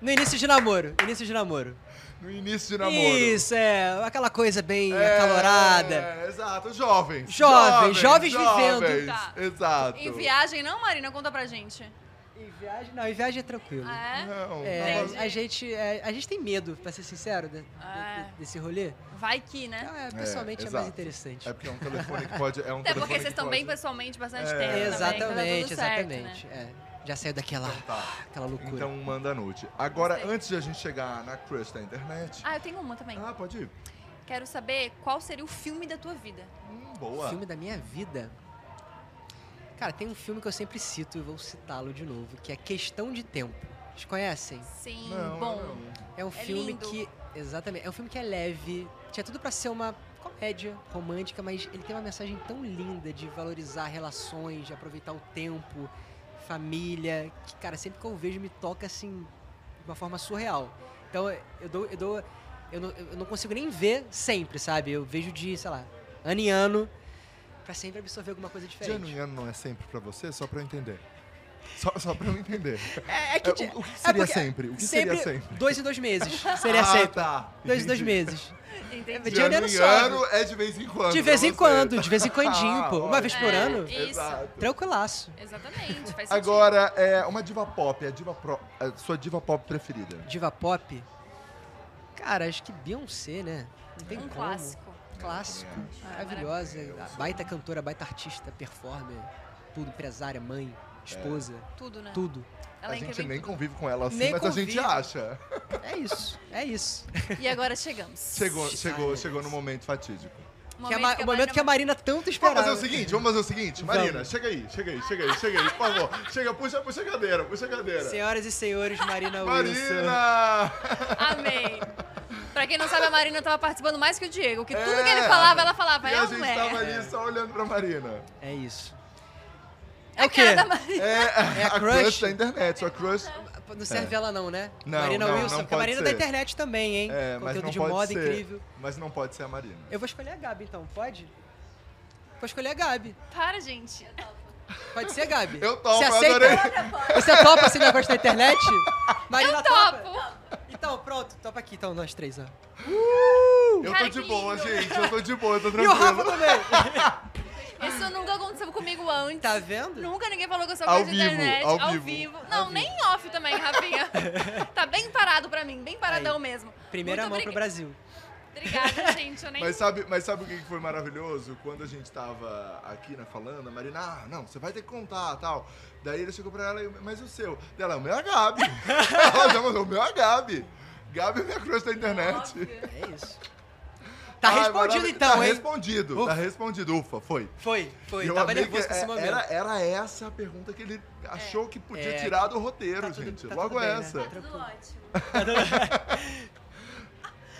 no início de namoro. Início de namoro. No início de namoro. Isso, é. Aquela coisa bem É, acalorada. Exato, jovens. Jovens, jovens jovens, vivendo. Tá. é Exato. Em viagem, não, Marina? Conta pra gente. Em viagem, não, em viagem é tranquilo. Ah, é? Não, É, não, Entendi. a, gente, é, a gente tem medo, pra ser sincero, de- de- Ah. de- desse rolê. Vai que, né? Então, é, pessoalmente é, mais exato. interessante. É porque é um telefone que pode. É um Até telefone porque que vocês estão bem pode. pessoalmente bastante É. tempo. Exatamente, também, então tá tudo certo, exatamente. né? é. Já saiu daquela, Então tá. aquela loucura. Então manda nude. Agora, Gostei. antes de a gente chegar na crush da internet. Ah, eu tenho uma também. Ah, pode ir. Quero saber qual seria o filme da tua vida. Hum, boa. Filme da minha vida. Cara, tem um filme que eu sempre cito e vou citá-lo de novo, que é Questão de Tempo. Vocês conhecem? Sim, Não, bom. não, não. É um É filme lindo. que. Exatamente. É um filme que é leve. Tinha tudo pra ser uma comédia romântica, mas ele tem uma mensagem tão linda de valorizar relações, de aproveitar o tempo, família. Que, cara, sempre que eu vejo me toca assim de uma forma surreal. Então eu dou. Eu, dou, eu, não, eu não consigo nem ver sempre, sabe? Eu vejo de, sei lá, ano em ano, pra sempre absorver alguma coisa De ano diferente. em ano não é sempre pra você, só pra eu entender. Só, só pra eu entender. É, é É, que. o, o que seria porque sempre? O que sempre, seria sempre? Dois em dois meses. Seria ah, sempre. Tá. Dois em dois Entendi. meses. Entendi. É De Janeiro ano em sobe. ano é de vez em quando. De vez pra em você. quando, de vez em quandinho, Ah, pô. Uma olha. vez É, por ano, Isso. Exato. tranquilaço. Exatamente, faz sentido. Agora, é uma diva pop, a, diva pro- a sua diva pop preferida. né? Diva pop. Cara, acho que Beyoncé, né? Não tem um como. clássico. Clássico. Eu também é. acho. Maravilhosa. maravilhosa. Baita cantora, baita artista, performer, tudo, empresária, mãe, esposa, Tudo, né? tudo. Ela a é gente incrível. nem em tudo. convive com ela assim, Nem mas a gente convive. acha. É isso, é isso. E agora chegamos. Chegou, Ai, chegou, meu chegou no Deus. momento fatídico. O Que é ma- o momento que a Marina- Marina tanto Vamos esperava. fazer o seguinte, vamos fazer o seguinte. Vamos. Marina, chega aí, chega aí, chega aí, chega aí, por favor. Chega, puxa, puxa a cadeira, puxa a cadeira. Senhoras e senhores, Marina Wilson. Marina! Amei. Pra quem não sabe, a Marina tava participando mais que o Diego, que tudo que ele É. falava, ela falava, E é a ou gente não é? tava ali só olhando pra Marina. É isso. É É a o cara quê? da Marina. É, É a a crush? crush da internet, sua É. crush. Não serve ela não, né? É. Não, Marina não, Wilson, não porque a pode Marina ser. da internet também, hein? É, mas Conteúdo não de pode moda ser. incrível. Mas não pode ser a Marina. Eu vou escolher a Gabi, então, pode? Vou escolher a Gabi. Para, gente. É. Pode ser a Gabi. Eu topo, Você eu aceita? adorei. Você topa esse negócio da internet? Marina Eu topa? topo. Então, pronto, topa aqui, então, nós três, ó. Eu tô Cara, de que boa, lindo. gente. Eu tô de boa, eu tô E o tranquilo. Rafa também. Isso nunca aconteceu comigo antes. Tá vendo? Nunca ninguém falou que eu sou Ao coisa de vivo, internet. ao vivo. Não, nem em off também, Rafinha. tá bem parado pra mim, bem paradão Aí. mesmo. Primeira Muito mão pro obri- Brasil. Obrigada, gente. Eu nem... Mas sabe, mas sabe o que que foi maravilhoso? Quando a gente tava aqui na falando, a Marina, ah, não, você vai ter que contar tal. Daí ele chegou pra ela, e, mas e o seu? Dela, o meu é a Gabi. ela já mandou, o meu é a Gabi. Gabi é minha crush da internet. Óbvio. É isso. Tá Ai, respondido, maravilha- então, Tá hein? respondido, tá Ufa. respondido. Ufa, foi. Foi, foi. Eu Tava amei nervoso que com esse é- momento. Era, era essa a pergunta que ele achou que podia É, tirar do roteiro, tá tudo- gente. tá Logo tudo bem, né? essa. Tá tudo ótimo.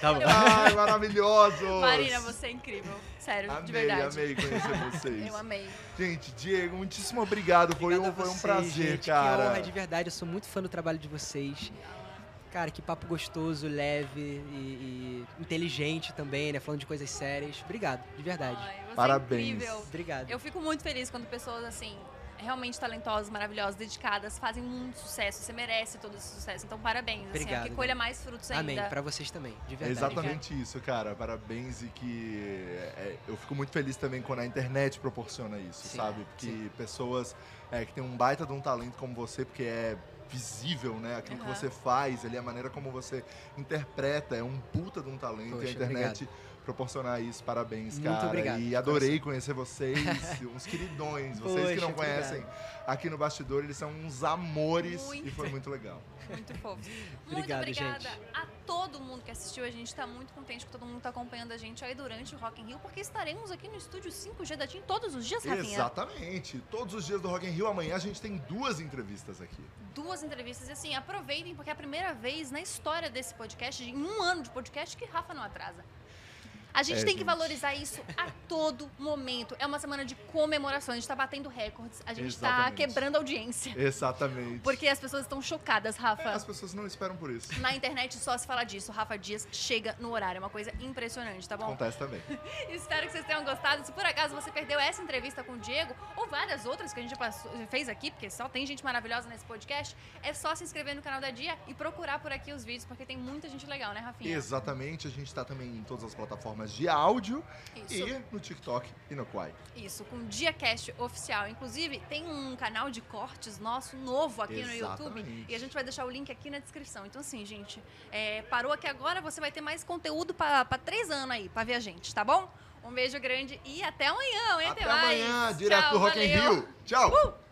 Tá bom. Ai, maravilhoso! Marina, você é incrível. Sério, Amei, de verdade. amei conhecer vocês. Eu amei. Gente, Diego, muitíssimo obrigado. Foi, Obrigado um, a foi um vocês, prazer, gente, Que cara. honra, de verdade. Eu sou muito fã do trabalho de vocês. Cara, que papo gostoso, leve e, e inteligente também, né? Falando de coisas sérias. Obrigado, de verdade. Ai, você Parabéns. É incrível. Obrigado. Eu fico muito feliz quando pessoas assim, realmente talentosas, maravilhosas, dedicadas, fazem muito sucesso. Você merece todo esse sucesso. Então, parabéns. Obrigado, Assim, que colha mais frutos Amém. ainda. Pra vocês também, de É verdade. exatamente isso, cara. Parabéns e que é, eu fico muito feliz também quando a internet proporciona isso, Sim, sabe? Que pessoas é, que têm um baita de um talento como você, porque é visível, né? Aquilo que Aham. você faz, ali a maneira como você interpreta, é um puta de um talento. e Poxa, a internet proporcionar isso. Parabéns, Muito cara. obrigado, de e adorei conhecer vocês, uns queridões. Vocês que Poxa, não conhecem aqui no bastidor, eles são uns amores e Muito. foi muito legal. Muito fofo. muito Obrigado, obrigada gente. a todo mundo que assistiu. A gente tá muito contente que todo mundo tá acompanhando a gente aí durante o Rock in Rio, porque estaremos aqui no estúdio 5G da TIM todos os dias, Rafinha. Exatamente. Todos os dias do Rock in Rio, amanhã a gente tem duas entrevistas aqui. Duas entrevistas. E assim, aproveitem, porque é a primeira vez na história desse podcast, em um ano de podcast, que Rafa não atrasa. A gente É, tem que gente. valorizar isso a todo momento. É uma semana de comemoração. A gente tá batendo recordes, a gente tá Exatamente. quebrando audiência. Exatamente. Porque as pessoas estão chocadas, É, Rafa. as pessoas não esperam por isso. Na internet só se fala disso. Rafa Dias chega no horário. É uma coisa impressionante, tá bom? Acontece também. Espero que vocês tenham gostado. Se por acaso você perdeu essa entrevista com o Diego ou várias outras que a gente já passou- fez aqui, porque só tem gente maravilhosa nesse podcast, é só se inscrever no canal da Dia e procurar por aqui os vídeos, porque tem muita gente legal, né, Rafinha? Exatamente. A gente tá também em todas as plataformas de áudio Isso. e no TikTok e no Quai. Isso, com o DiaCast oficial. Inclusive, tem um canal de cortes nosso novo aqui no Exatamente. YouTube. E a gente vai deixar o link aqui na descrição. Então, assim, gente, é, parou aqui agora, você vai ter mais conteúdo pra pra três anos aí, pra ver a gente, tá bom? Um beijo grande e até amanhã, hein? Até mais. amanhã, direto Tchau, do Rock in valeu. Rio. Tchau. Uh!